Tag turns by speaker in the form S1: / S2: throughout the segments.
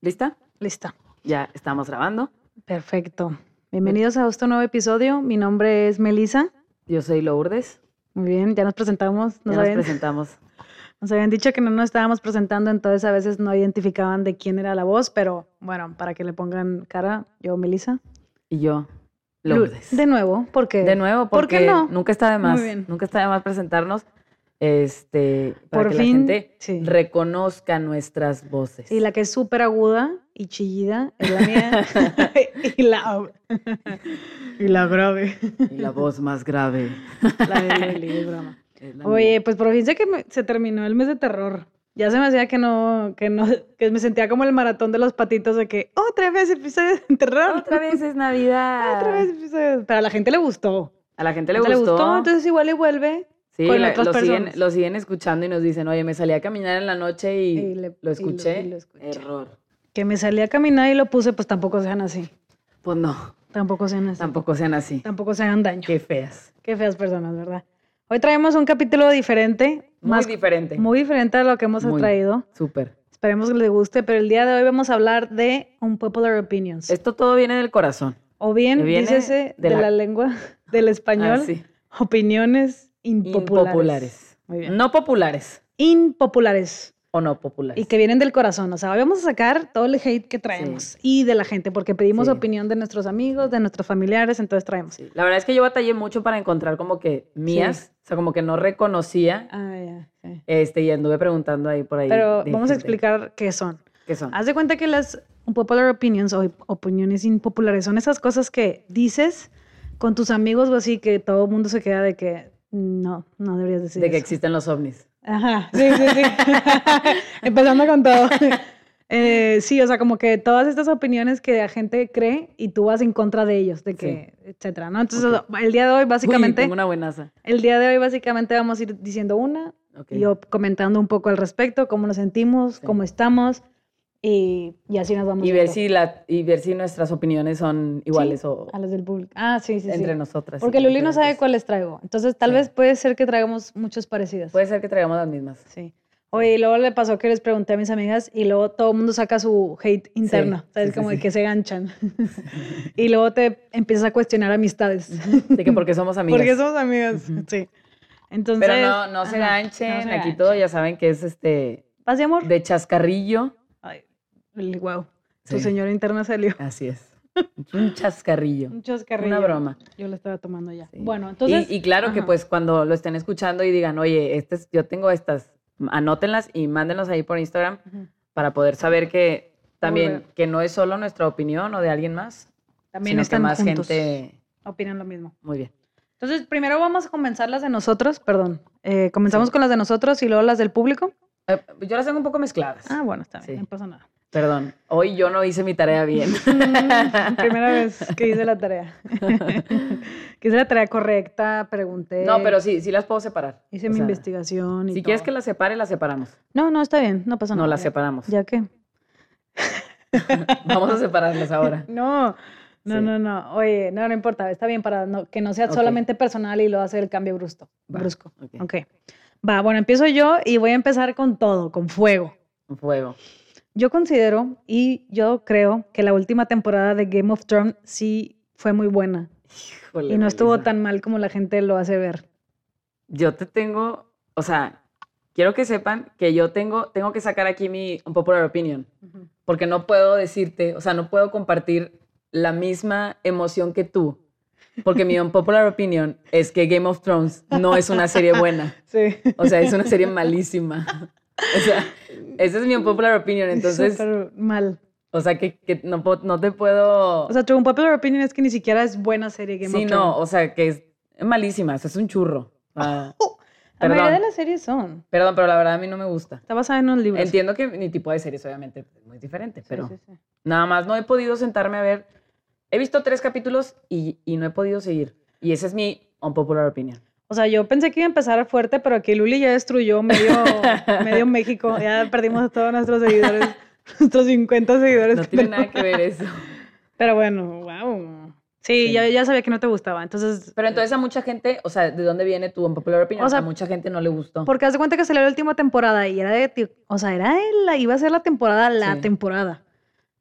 S1: ¿Lista?
S2: Lista.
S1: Ya estamos grabando.
S2: Perfecto. Bienvenidos a este nuevo episodio. Mi nombre es Melisa.
S1: Yo soy Lourdes.
S2: Muy bien, ya nos presentamos. Nos,
S1: ya nos
S2: habían,
S1: presentamos.
S2: nos habían dicho que no nos estábamos presentando, entonces a veces no identificaban de quién era la voz, pero bueno, para que le pongan cara, yo Melisa.
S1: Y yo,
S2: Lu-
S1: Lourdes.
S2: De nuevo, porque
S1: De nuevo,
S2: ¿Por qué
S1: porque
S2: no?
S1: nunca está de más.
S2: Muy bien.
S1: Nunca está de más presentarnos. Este, para
S2: por
S1: que
S2: fin.
S1: la gente
S2: sí.
S1: reconozca nuestras voces.
S2: Y la que es súper aguda y chillida es la mía. y la. y la grave.
S1: Y la voz más grave.
S2: La de Lili, es broma.
S1: es la
S2: Oye,
S1: mía.
S2: pues por fin sé que me- se terminó el mes de terror. Ya se me hacía que no, que no, que me sentía como el maratón de los patitos de que otra vez episodio de terror.
S1: Otra vez es Navidad.
S2: Otra vez episodio. Pero a la gente le gustó.
S1: A la gente le
S2: A la
S1: gustó.
S2: gente entonces igual y vuelve.
S1: sí,
S2: con
S1: la-
S2: otras
S1: lo, siguen,
S2: personas.
S1: lo siguen escuchando y nos dicen, oye, me salí a caminar en la noche y,
S2: Y
S1: lo
S2: le- y lo-
S1: escuché.
S2: y lo escuché.
S1: Error.
S2: Que me salí a caminar y lo puse, pues tampoco sean así.
S1: Pues no,
S2: Tampoco sean así.
S1: tampoco sean así.
S2: Tampoco se hagan daño.
S1: Qué feas.
S2: Qué feas personas, ¿verdad? Hoy traemos un capítulo diferente,
S1: Muy
S2: más
S1: diferente.
S2: muy diferente a lo que hemos
S1: Muy.
S2: traído.
S1: Súper.
S2: Esperemos que les guste, pero el día de hoy vamos a hablar de unpopular opinions.
S1: Esto todo viene del corazón.
S2: O bien,
S1: Que viene
S2: dícese
S1: de
S2: de,
S1: la-
S2: la... lengua del español,
S1: Ah, sí.
S2: opiniones impopulares.
S1: Impopulares.
S2: Muy bien.
S1: No populares
S2: Impopulares.
S1: o no populares.
S2: Y que vienen del corazón. O sea, hoy vamos a sacar todo el hate que traemos y de la gente, porque pedimos
S1: Sí.
S2: opinión de nuestros amigos, de nuestros familiares, entonces traemos.
S1: Sí. La verdad es que yo batallé mucho para encontrar como que mías, o sea, como que no reconocía,
S2: Ah, ya. sí.
S1: este, y anduve preguntando ahí por ahí.
S2: Pero
S1: de
S2: vamos a
S1: gente
S2: explicar qué son.
S1: ¿Qué son?
S2: Haz de cuenta que las unpopular opinions o opiniones impopulares son esas cosas que dices con tus amigos o así que todo el mundo se queda de que no, no deberías decir
S1: de que
S2: eso".
S1: existen los ovnis.
S2: Ajá, sí, sí, sí. Empezando con todo. Eh, sí, o sea, como que todas estas opiniones que la gente cree y tú vas en contra de ellos, de que, etcétera, ¿no? Entonces, el día de hoy,
S1: Uy,
S2: básicamente,
S1: tengo una buenaza.
S2: el día de hoy, básicamente, vamos a ir diciendo una
S1: Ok.
S2: y op- comentando un poco al respecto, cómo nos sentimos,
S1: Sí.
S2: cómo estamos y, y así nos vamos
S1: y ver
S2: viendo
S1: si la, y ver si nuestras opiniones son iguales o
S2: a las del público. Ah, sí, sí, sí.
S1: entre nosotras.
S2: Porque
S1: sí,
S2: Luli no sabe
S1: diferentes.
S2: cuáles traigo. Entonces, tal
S1: Sí.
S2: vez puede ser que traigamos muchos parecidas.
S1: Puede ser que traigamos las mismas.
S2: Sí. Oye, y luego le pasó que les pregunté a mis amigas y luego todo el mundo saca su hate interno, ¿sabes?
S1: sí, sí,
S2: como de
S1: sí.
S2: que se ganchan. y luego te empiezas a cuestionar amistades.
S1: Así que porque somos amigas.
S2: Porque somos amigas,
S1: Ujú.
S2: sí. Entonces,
S1: Pero no, no se
S2: ajá,
S1: ganchen.
S2: no se
S1: Aquí
S2: ganchen.
S1: todo ya saben que es este
S2: ¿Paz de amor?
S1: de chascarrillo.
S2: Ay, el- wow, tu
S1: Sí,
S2: señora interna salió.
S1: Así es. Un chascarrillo.
S2: Un chascarrillo.
S1: Una broma.
S2: Yo la estaba tomando ya.
S1: Sí.
S2: Bueno,
S1: Y-
S2: entonces...
S1: y, claro que
S2: ajá.
S1: pues cuando lo estén escuchando y digan, oye, este es- yo tengo estas, anótenlas y mándenlas ahí por Instagram
S2: Ujú.
S1: para poder saber que también,
S2: Volver.
S1: que no es solo nuestra opinión o de alguien más,
S2: También
S1: sino que
S2: están
S1: más
S2: juntos.
S1: gente...
S2: Opinan lo mismo.
S1: Muy bien.
S2: Entonces, primero vamos a comenzar las de nosotros, perdón. Eh, comenzamos con las de nosotros y luego las del público.
S1: Eh, yo las tengo un poco mezcladas.
S2: Ah, bueno, está bien,
S1: Sí.
S2: no pasa nada.
S1: Perdón, hoy yo no hice mi tarea bien.
S2: Mm, Primera vez que hice la tarea. que hice la tarea correcta, pregunté.
S1: No, pero sí, sí las puedo separar.
S2: Hice
S1: O
S2: mi
S1: sea,
S2: investigación y
S1: Si quieres
S2: todo.
S1: que las separe, las separamos.
S2: No, no, está bien, no pasa nada.
S1: No las
S2: ya-
S1: separamos.
S2: ¿Ya qué?
S1: Vamos a separarlas ahora.
S2: No, no,
S1: Sí.
S2: no, no. Oye, no, no importa, está bien para no- que no sea
S1: Ok.
S2: solamente personal y lo hace el cambio brusco.
S1: Va,
S2: brusco.
S1: ok.
S2: ok. Va, bueno, empiezo yo y voy a empezar con todo, con fuego.
S1: Fuego.
S2: Yo considero y yo creo que la última temporada de Game of Thrones sí fue muy buena
S1: Híjole,
S2: y no estuvo
S1: Melissa.
S2: tan mal como la gente lo hace ver.
S1: Yo te tengo, o sea, quiero que sepan que yo tengo, tengo que sacar aquí mi unpopular opinion, porque no puedo decirte, o sea, no puedo compartir la misma emoción que tú, porque mi unpopular opinion es que Game of Thrones no es una serie buena.
S2: Sí.
S1: O sea, es una serie malísima. O sea, esa es mi unpopular opinion. Entonces,
S2: Súper mal.
S1: o sea, que, que no, po- no te puedo.
S2: O sea, tu popular opinion es que ni siquiera es buena serie Game
S1: sí,
S2: of Thrones.
S1: no, o sea, que es malísima. o sea, es un churro. Ah,
S2: Oh, La
S1: perdón.
S2: mayoría de las series son.
S1: Perdón, pero la verdad a mí no me gusta.
S2: Está basada en unos libros.
S1: Entiendo que mi tipo de series, obviamente, es muy diferente,
S2: Sí,
S1: pero
S2: sí, sí.
S1: nada más no he podido sentarme a ver. He visto tres capítulos y, y no he podido seguir. Y esa es mi unpopular opinion.
S2: O sea, yo pensé que iba a empezar fuerte, pero aquí Luli ya destruyó medio, medio México. Ya perdimos a todos nuestros seguidores, nuestros 50 seguidores.
S1: No
S2: que
S1: tiene
S2: tenemos.
S1: nada que ver eso.
S2: Pero bueno, wow. Sí, Ya, ya sabía que no te gustaba. Entonces,
S1: Pero entonces a mucha gente, o sea, ¿de dónde viene tu unpopular opinion?
S2: O sea,
S1: a mucha gente no le gustó.
S2: porque haz de cuenta que salió la última temporada y era de, ti- o sea, era de la, iba a ser la temporada, la
S1: Sí.
S2: temporada.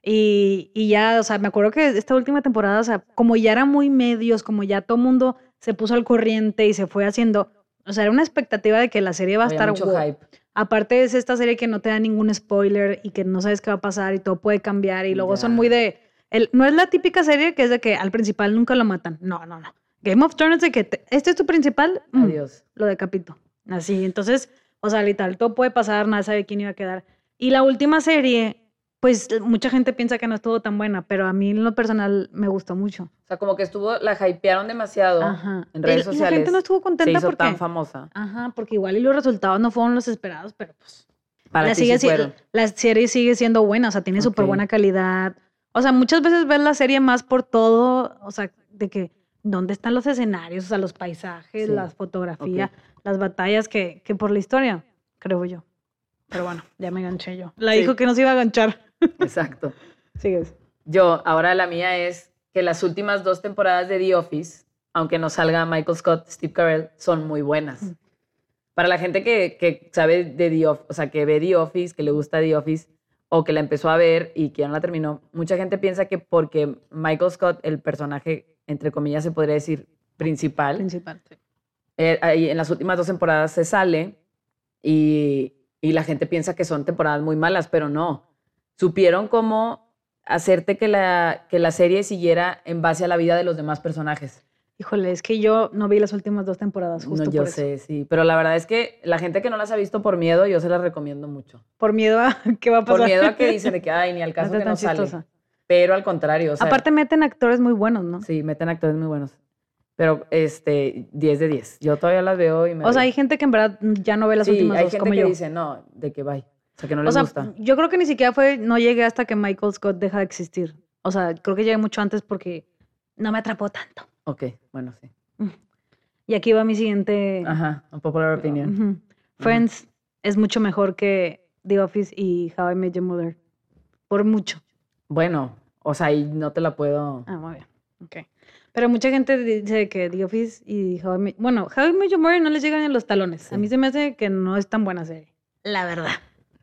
S2: Y, y ya, o sea, me acuerdo que esta última temporada, o sea, como ya era muy medios, como ya todo mundo se puso al corriente y se fue haciendo, o sea, era una expectativa de que la serie va a
S1: Había
S2: estar
S1: mucho
S2: guau.
S1: hype.
S2: Aparte es esta serie que no te da ningún spoiler y que no sabes qué va a pasar y todo puede cambiar y luego son
S1: Ya.
S2: muy de... el- no es la típica serie que es de que al principal nunca lo matan. No, no, no. Game of Thrones de que te- este es tu principal, mm,
S1: Adiós.
S2: lo decapito. Así, entonces, o sea, literal, todo puede pasar, nadie sabe quién iba a quedar. Y la última serie, pues mucha gente piensa que no estuvo tan buena, pero a mí en lo personal me gustó mucho.
S1: O sea, como que estuvo, la hypearon demasiado
S2: Ajá.
S1: en
S2: Y-
S1: redes
S2: y
S1: sociales.
S2: La gente no estuvo
S1: se
S2: contenta
S1: hizo
S2: porque...
S1: tan famosa.
S2: Ajá, porque igual y los resultados no fueron los esperados, pero pues...
S1: Para
S2: la,
S1: ti
S2: sigue
S1: sí
S2: si-
S1: fueron.
S2: la serie sigue siendo buena, o sea, tiene súper
S1: Ok.
S2: buena calidad. O sea, muchas veces ves la serie más por todo, o sea, de que dónde están los escenarios, o sea, los paisajes,
S1: Sí,
S2: las fotografías, las batallas, que, que por la historia, creo yo. Pero bueno, ya me ganché yo. La
S1: Sí.
S2: dijo que no se iba a ganchar.
S1: Exacto.
S2: Sigues.
S1: Yo, ahora la mía es que las últimas dos temporadas de The Office, aunque no salga Michael Scott, Steve Carell, son muy buenas.
S2: Mm.
S1: Para la gente que, que sabe de The Office, o sea, que ve The Office, que le gusta The Office, o que la empezó a ver y que ya no la terminó, mucha gente piensa que porque Michael Scott, el personaje, entre comillas, se podría decir principal,
S2: Principal. sí.
S1: eh, ahí en las últimas dos temporadas se sale y, y la gente piensa que son temporadas muy malas, pero no. Supieron cómo hacerte que la, que la serie siguiera en base a la vida de los demás personajes.
S2: Híjole, es que yo no vi las últimas dos temporadas,
S1: no,
S2: justo por
S1: yo
S2: eso.
S1: sé, sí. Pero la verdad es que la gente que no las ha visto por miedo, yo se las recomiendo mucho.
S2: Por miedo a qué va a pasar.
S1: Por miedo a que dicen de que, ay, ni al
S2: Pues
S1: caso
S2: No está
S1: que
S2: tan
S1: no sale.
S2: chistosa.
S1: Pero al contrario, o sea,
S2: Aparte meten actores muy buenos, ¿no?
S1: sí, meten actores muy buenos. Pero, este, 10 de 10. Yo todavía las veo y me...
S2: O sea,
S1: río.
S2: hay gente que en verdad ya no ve las
S1: sí,
S2: últimas
S1: hay
S2: dos
S1: gente
S2: como
S1: que
S2: yo.
S1: dice, no, de que bye. O sea, que no les
S2: O sea, mm,
S1: gusta.
S2: yo creo que ni siquiera fue, no llegué hasta que Michael Scott deja de existir. O sea, creo que llegué mucho antes porque no me atrapó tanto.
S1: Ok, bueno, sí.
S2: Y aquí va mi siguiente.
S1: Ajá, un popular opinion.
S2: Ujú. Friends es mucho mejor que The Office y How I Met Your Mother. Por mucho.
S1: Bueno, o sea, ahí no te la puedo.
S2: Ah, muy bien. Ok. Pero mucha gente dice que The Office y How I Met... Bueno, How I Met Your Mother no les llegan en los talones. A
S1: Sí.
S2: mí se me hace que no es tan buena serie. La verdad.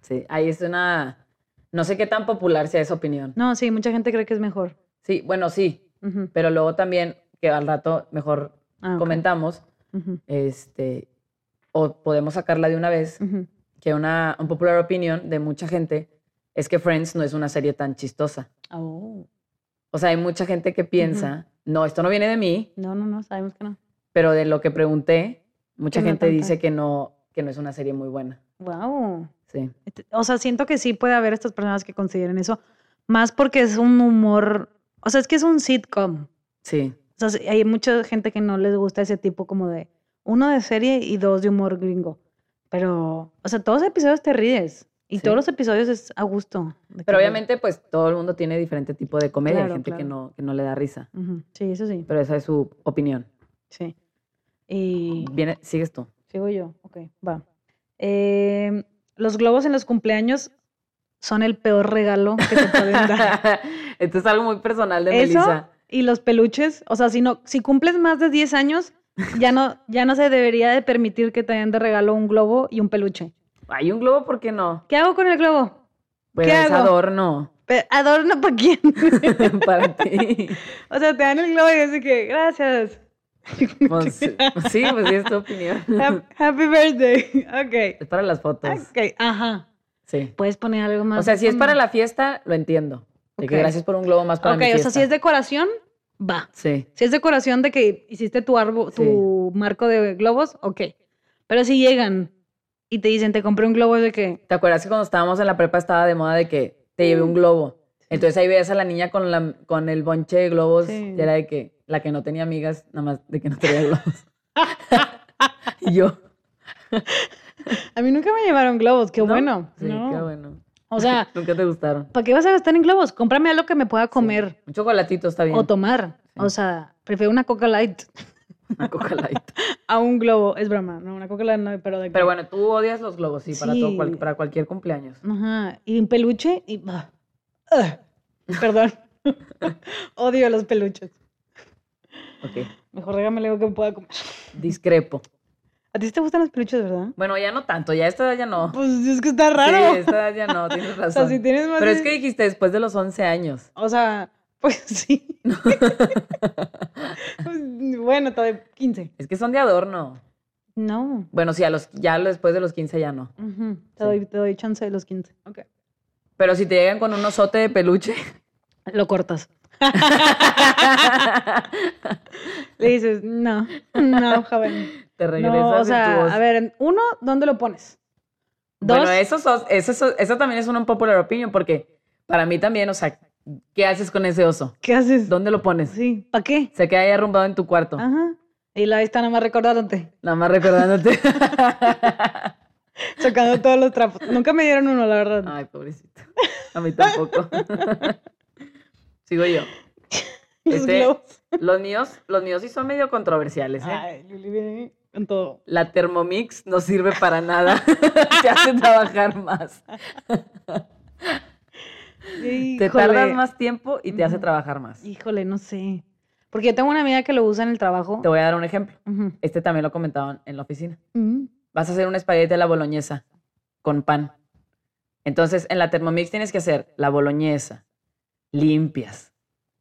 S1: Sí, ahí es una. No sé qué tan popular sea esa opinión.
S2: No, sí, mucha gente cree que es mejor.
S1: Sí, bueno, sí,
S2: Ujú.
S1: pero luego también, que al rato mejor
S2: Ah, ok.
S1: comentamos,
S2: Ujú,
S1: este, o podemos sacarla de una vez,
S2: ujú.
S1: que una un popular opinion de mucha gente es que Friends no es una serie tan chistosa.
S2: Oh.
S1: O sea, hay mucha gente que piensa, no, esto no viene de mí,
S2: No, no, no, sabemos que no.
S1: pero de lo que pregunté, mucha
S2: Que no
S1: gente
S2: tanta.
S1: dice que no, que no es una serie muy buena.
S2: Wow.
S1: Sí.
S2: Este, O sea, siento que sí puede haber estas personas que consideren eso, más porque es un humor, o sea, es que es un sitcom.
S1: Sí,
S2: O sea, sí, hay mucha gente que no les gusta ese tipo como de, uno de serie y dos de humor gringo. Pero, o sea, todos los episodios te ríes y
S1: Sí.
S2: todos los episodios es a gusto. de que
S1: pero
S2: te-
S1: obviamente pues todo el mundo tiene diferente tipo de comedia, hay
S2: Claro,
S1: gente que,
S2: claro.
S1: no, que no le da risa,
S2: Ujú, Sí, eso sí,
S1: pero esa es su opinión.
S2: sí. Y
S1: Viene, sigues tú.
S2: sigo yo, ok, va. Em, los globos en los cumpleaños son el peor regalo que te pueden dar.
S1: Esto es algo muy personal de
S2: Eso
S1: Melissa.
S2: y los peluches, o sea, si no, si cumples más de 10 años, ya no, ya no se debería de permitir que te den de regalo un globo y un peluche.
S1: Hay un globo, ¿por qué no?
S2: ¿Qué hago con el globo?
S1: Pero
S2: ¿Qué
S1: es
S2: hago?
S1: adorno
S2: Pe- ¿Adorno para quién?
S1: para ti.
S2: o sea, te dan el globo y dices que, gracias.
S1: Pues, sí, pues sí, es tu opinión.
S2: Hap- Happy birthday. Ok.
S1: Es para las fotos.
S2: Ok, ajá.
S1: Sí.
S2: Puedes poner algo más.
S1: O sea, si es
S2: como-
S1: para la fiesta, lo entiendo. De que
S2: Ok.
S1: gracias por un globo más para
S2: Ok,
S1: mi
S2: o
S1: fiesta.
S2: sea, si es decoración, va.
S1: Sí.
S2: Si es decoración de que hiciste tu árbol,
S1: Sí.
S2: tu marco de globos, ok. Pero si llegan y te dicen, te compré un globo, es de que,
S1: ¿Te acuerdas que cuando estábamos en la prepa estaba de moda de que te llevé un globo? Entonces ahí veías a la niña con, la, con el bonche de globos
S2: Sí.
S1: y era de que la que no tenía amigas, nada más de que no tenía globos. y yo.
S2: A mí nunca me llevaron globos, qué
S1: ¿no?
S2: bueno.
S1: Sí,
S2: no.
S1: qué bueno.
S2: O sea,
S1: Nunca te gustaron.
S2: ¿para qué vas a gastar en globos? Cómprame algo que me pueda comer
S1: Un chocolatito está bien.
S2: o tomar. O sea, prefiero una Coca Light
S1: Una Coca Light.
S2: a un globo. Es broma, no, una Coca Light no, pero de que-
S1: Pero bueno, tú odias los globos, sí, Para, todo cual-
S2: Sí.
S1: para cualquier cumpleaños.
S2: Ajá, y un peluche y... ah, ah, Perdón. Odio los peluches.
S1: Ok,
S2: Mejor regame algo que pueda comer.
S1: discrepo.
S2: ¿A ti sí te gustan los peluches, verdad?
S1: Bueno, ya no tanto, ya a esta edad ya no.
S2: Pues es que está
S1: Sí, a
S2: raro.
S1: esta edad ya no, tienes
S2: o
S1: razón.
S2: sea, si tienes más
S1: Pero es
S2: de-
S1: que dijiste después de los 11 años.
S2: O sea, pues sí. Pues, bueno, hasta de 15.
S1: Es que son de adorno.
S2: No.
S1: Bueno, sí, a los, ya lo- después de los 15 ya no.
S2: Ujú,
S1: Sí.
S2: Te, doy, te doy chance de los 15. Ok.
S1: Pero si te llegan con un osote de peluche.
S2: Lo cortas. Le dices, no, no, joven.
S1: te regresas
S2: No, o
S1: en tu voz.
S2: sea, a ver, en- uno, ¿dónde lo pones?
S1: Bueno,
S2: dos-
S1: eso, sos- eso, eso- eso también es una popular opinion porque para mí también, o sea, ¿qué haces con ese oso?
S2: ¿Qué haces?
S1: ¿Dónde lo pones?
S2: Sí, ¿para qué?
S1: Se queda ahí arrumbado en tu cuarto,
S2: Ajá. Y la está nada más recordándote,
S1: nada más recordándote.
S2: sacando todos los trapos. Nunca me dieron uno, la verdad.
S1: Ay, pobrecito. A mí tampoco. Sigo yo.
S2: Los
S1: este-
S2: globos.
S1: Los míos, los míos sí son medio controversiales, ¿eh?
S2: Ay, Lili viene con todo.
S1: La Thermomix no sirve para nada. Te hace trabajar más. Te tardas
S2: Híjole.
S1: más tiempo y te hace
S2: Ujú.
S1: trabajar más.
S2: Híjole, no sé. Porque yo tengo una amiga que lo usa en el trabajo.
S1: Te voy a dar un ejemplo.
S2: Ujú.
S1: Este también lo comentaban en la oficina.
S2: Ujú.
S1: Vas a hacer un espagueti a la boloñesa con pan. Entonces, en la Thermomix tienes que hacer la boloñesa, limpias,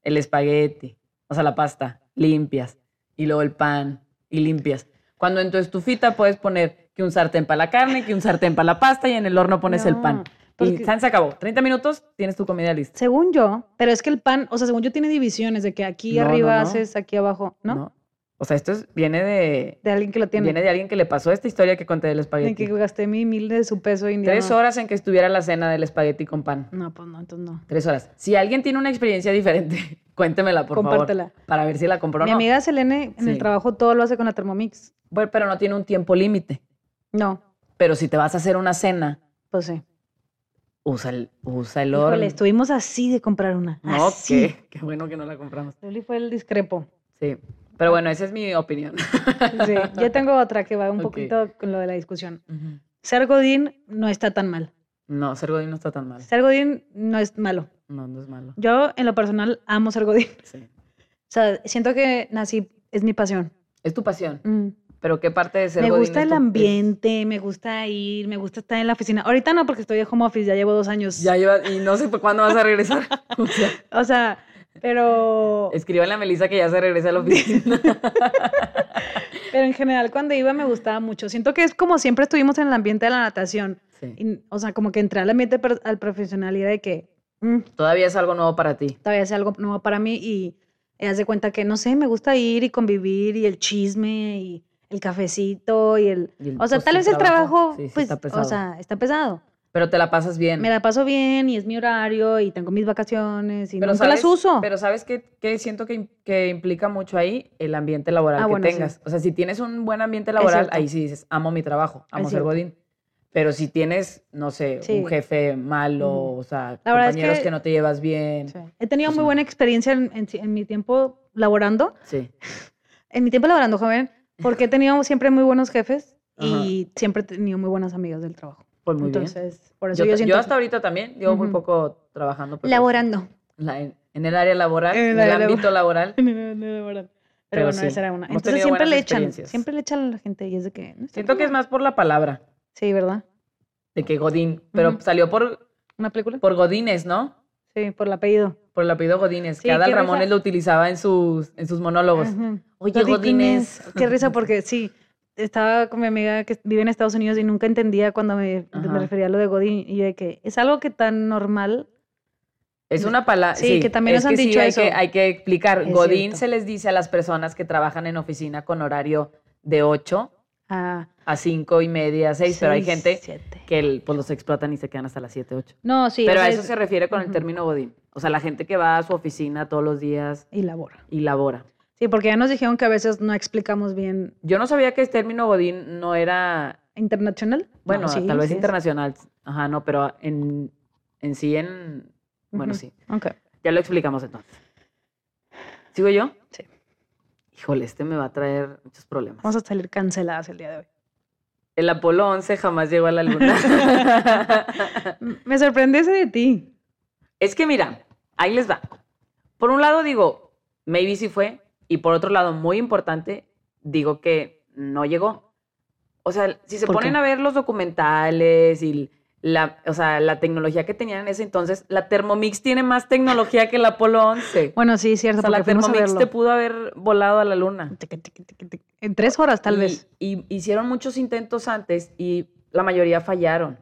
S1: el espagueti, o sea, la pasta, limpias, y luego el pan, y limpias. Cuando en tu estufita puedes poner que un sartén para la carne, que un sartén para la pasta, y en el horno pones el pan.
S2: No, pues porque-
S1: Y San se acabó. 30 minutos, tienes tu comida lista.
S2: Según yo, pero es que el pan, o sea, según yo tiene divisiones de que aquí
S1: No, no,
S2: arriba
S1: no.
S2: haces, aquí abajo, ¿no?
S1: O sea, esto es- viene de
S2: De alguien que lo tiene.
S1: viene de alguien que le pasó esta historia que conté del
S2: De
S1: espagueti.
S2: que gasté mi mil de su peso indiano.
S1: Tres horas en que estuviera la cena del espagueti con pan.
S2: No, pues no, entonces no.
S1: Tres horas. Si alguien tiene una experiencia diferente, cuéntemela, por
S2: Compártela.
S1: favor. Para ver si la compró o
S2: mi
S1: no.
S2: amiga Selene en el
S1: Sí.
S2: trabajo todo lo hace con la Thermomix.
S1: Bueno, pero no tiene un tiempo límite.
S2: No,
S1: Pero si te vas a hacer una cena,
S2: pues sí.
S1: usa el, usa el horno.
S2: Híjole, estuvimos así de comprar una.
S1: no,
S2: así.
S1: qué, qué bueno que no la compramos.
S2: Luli fue el discrepo.
S1: Sí. Pero bueno, esa es mi opinión.
S2: Sí, yo tengo otra que va un
S1: Ok.
S2: poquito con lo de la discusión. Ser Godín no está tan mal.
S1: No, ser godín no está tan mal.
S2: Ser Godín no es malo.
S1: No, no es malo.
S2: Yo, en lo personal, amo ser Godín.
S1: Sí.
S2: O sea, siento que nací, es mi pasión.
S1: Es tu pasión.
S2: Mm.
S1: Pero ¿qué parte de ser
S2: Me
S1: godín
S2: gusta
S1: es
S2: el
S1: tu- es-
S2: ambiente, me gusta ir, me gusta estar en la oficina. Ahorita no, porque estoy de home office, ya llevo dos años.
S1: Ya llevas, y no sé por cuándo vas a regresar. O sea,
S2: O sea, pero,
S1: escríbanle a Melissa que ya se regresa a la oficina.
S2: pero en general cuando iba me gustaba mucho. Siento que es como siempre estuvimos en el ambiente de la natación.
S1: Sí.
S2: Y, o sea, como que entré al ambiente per- al profesional y era de que mm,
S1: Todavía es algo nuevo para ti.
S2: todavía es algo nuevo para mí y eh, haz de cuenta que, no sé, me gusta ir y convivir y el chisme y el cafecito y el...
S1: Y el-
S2: O sea,
S1: pues,
S2: tal
S1: tu
S2: vez el trabajo,
S1: sí, sí
S2: pues,
S1: está pesado.
S2: o sea, está pesado.
S1: pero te la pasas bien.
S2: me la paso bien y es mi horario y tengo mis vacaciones y
S1: pero
S2: nunca las uso.
S1: Pero ¿sabes qué, qué siento que, im- que implica mucho ahí? El ambiente laboral
S2: Ah,
S1: que
S2: bueno, sí.
S1: tengas. O sea, si tienes un buen ambiente laboral,
S2: cierto.
S1: ahí sí dices, amo mi trabajo, amo ser
S2: cierto.
S1: godín. Pero si tienes, no sé,
S2: Sí.
S1: un jefe malo,
S2: Ujú.
S1: o sea,
S2: La verdad es
S1: compañeros
S2: que-
S1: que... no te llevas bien.
S2: Sí. He tenido
S1: Pues
S2: muy
S1: no.
S2: buena experiencia en, en- en mi tiempo laborando,
S1: Sí.
S2: en mi tiempo laborando, joven, porque he tenido siempre muy buenos jefes y siempre he tenido muy buenas amigas del trabajo.
S1: Pues muy bien.
S2: Entonces, por eso
S1: Yo,
S2: yo,
S1: ta- yo
S2: siento
S1: hasta ahorita también llevo muy
S2: Ujú.
S1: poco trabajando. pero-
S2: laborando.
S1: la- en, en el área laboral,
S2: En el
S1: en el,
S2: área laboral.
S1: ámbito laboral.
S2: No, no, no, laboral. Pero,
S1: Pero
S2: bueno,
S1: sí,
S2: esa era una.
S1: hemos
S2: Entonces
S1: tenido
S2: siempre
S1: buenas
S2: le echan,
S1: experiencias.
S2: siempre le echan a la gente y es de que no está
S1: Siento
S2: tan
S1: que es
S2: mal.
S1: más por la palabra
S2: Sí, ¿verdad?
S1: de que Godín, pero
S2: Ujú.
S1: salió por,
S2: ¿Una película?
S1: por Godines, ¿no?
S2: Sí, por el apellido.
S1: Por el apellido Godínez,
S2: Sí,
S1: que Adal
S2: qué risa.
S1: Ramones lo utilizaba en sus, en sus monólogos.
S2: Ajá.
S1: Oye, Godínez.
S2: Qué risa, porque sí, estaba con mi amiga que vive en Estados Unidos y nunca entendía cuando me, me
S1: Ajá.
S2: refería a lo de Godín. Y yo de que es algo que tan normal.
S1: Es una palabra.
S2: Sí, que también nos han dicho
S1: hay
S2: eso.
S1: Que, hay que explicar.
S2: Es
S1: Godín
S2: cierto.
S1: se les dice a las personas que trabajan en oficina con horario de 8
S2: Ah,
S1: a 5 y media, 6, pero hay
S2: seis,
S1: gente
S2: siete.
S1: que el- pues, los explotan y se quedan hasta las 7, 8.
S2: No, sí.
S1: pero
S2: o
S1: a
S2: sea,
S1: eso
S2: es-
S1: se refiere con el
S2: ujú.
S1: término Godín. O sea, la gente que va a su oficina todos los días
S2: Y labora.
S1: y labora.
S2: Sí, porque ya nos dijeron que a veces no explicamos bien
S1: Yo no sabía que el término Godín no era
S2: internacional. No,
S1: Bueno,
S2: sí,
S1: tal vez
S2: sí es.
S1: internacional. Ajá, no, pero en, en sí, en. Bueno,
S2: Ujú.
S1: sí.
S2: Ok.
S1: Ya lo explicamos entonces. ¿Sigo yo?
S2: Sí.
S1: Híjole, este me va a traer muchos problemas.
S2: Vamos a salir canceladas el día de hoy.
S1: El Apolo 11 jamás llegó a la luna.
S2: M- Me sorprende ese de ti.
S1: es que mira, ahí les va. Por un lado digo, maybe sí fue, Y por otro lado, muy importante, digo que no llegó. O sea, si se
S2: ¿Por
S1: ponen
S2: qué?
S1: a ver los documentales y la, o sea, la tecnología que tenían en ese entonces, la Thermomix tiene más tecnología que el Apolo 11.
S2: Bueno, sí,
S1: o
S2: cierto,
S1: sea, la
S2: porque fuimos a
S1: Thermomix
S2: verlo.
S1: te pudo haber volado a la luna.
S2: Tic, tic, tic, tic. En tres horas, tal
S1: Y-
S2: vez.
S1: Y hicieron muchos intentos antes y la mayoría fallaron.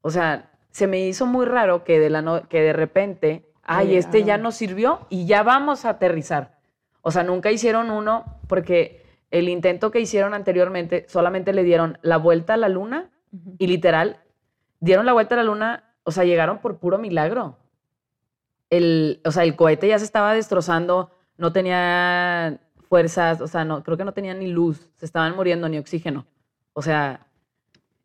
S1: O sea, se me hizo muy raro que de, la no- que de repente, ay,
S2: Oye,
S1: este ya
S2: hágame.
S1: nos sirvió y ya vamos a aterrizar. O sea, nunca hicieron uno porque el intento que hicieron anteriormente solamente le dieron la vuelta a la luna y literal, dieron la vuelta a la luna, o sea, llegaron por puro milagro. El, o sea, el cohete ya se estaba destrozando, no tenía fuerzas, o sea, no, creo que no tenía ni luz, se estaban muriendo ni oxígeno. O sea,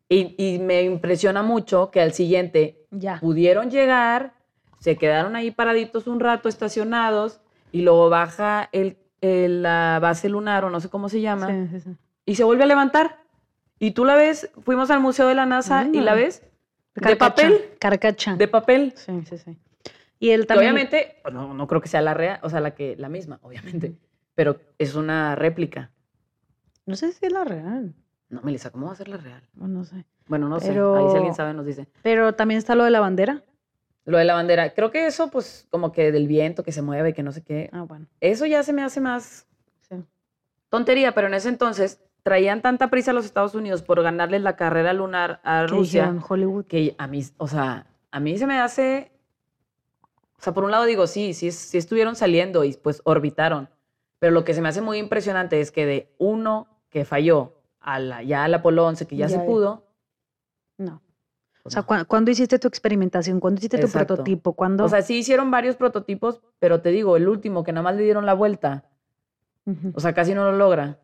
S1: y, y me impresiona mucho que al siguiente
S2: Ya.
S1: pudieron llegar, se quedaron ahí paraditos un rato, estacionados, y luego baja el, el- la base lunar, o no sé cómo se llama,
S2: Sí, sí, sí.
S1: y se vuelve a levantar. Y tú la ves, fuimos al Museo de la NASA y
S2: Anda.
S1: la ves
S2: Carcacha,
S1: papel?
S2: Carcacha.
S1: de papel.
S2: Sí, sí, sí. Y él
S1: Que
S2: también.
S1: obviamente, pues, no, no creo que sea la rea, o sea, la que la misma, obviamente, pero es una réplica.
S2: No sé si es la real.
S1: No, Melissa, ¿cómo va a ser la real?
S2: o No sé.
S1: Bueno, no sé, ahí
S2: Pero-
S1: si alguien sabe nos dice.
S2: Pero también está lo de la bandera.
S1: Lo de la bandera, creo que eso pues como que del viento que se mueve, que no sé qué,
S2: Ah, bueno.
S1: eso ya se me hace más
S2: Sí.
S1: tontería, pero en ese entonces traían tanta prisa a los Estados Unidos por ganarles la carrera lunar a
S2: Que
S1: Rusia.
S2: dijeron Hollywood.
S1: que a mí, o sea, a mí se me hace, o sea, por un lado digo, sí, sí, es- sí estuvieron saliendo y pues orbitaron, pero lo que se me hace muy impresionante es que de uno que falló a la, ya al Apolo 11, que ya, se
S2: Ya, ya.
S1: pudo.
S2: No. O
S1: pues
S2: sea,
S1: no.
S2: ¿cuán- ¿cuándo hiciste tu experimentación? ¿Cuándo hiciste tu
S1: Exacto.
S2: prototipo? ¿Cuándo?
S1: O sea, sí hicieron varios prototipos, pero te digo, el último que nada más le dieron la vuelta,
S2: Ujú.
S1: o sea, casi no lo logra.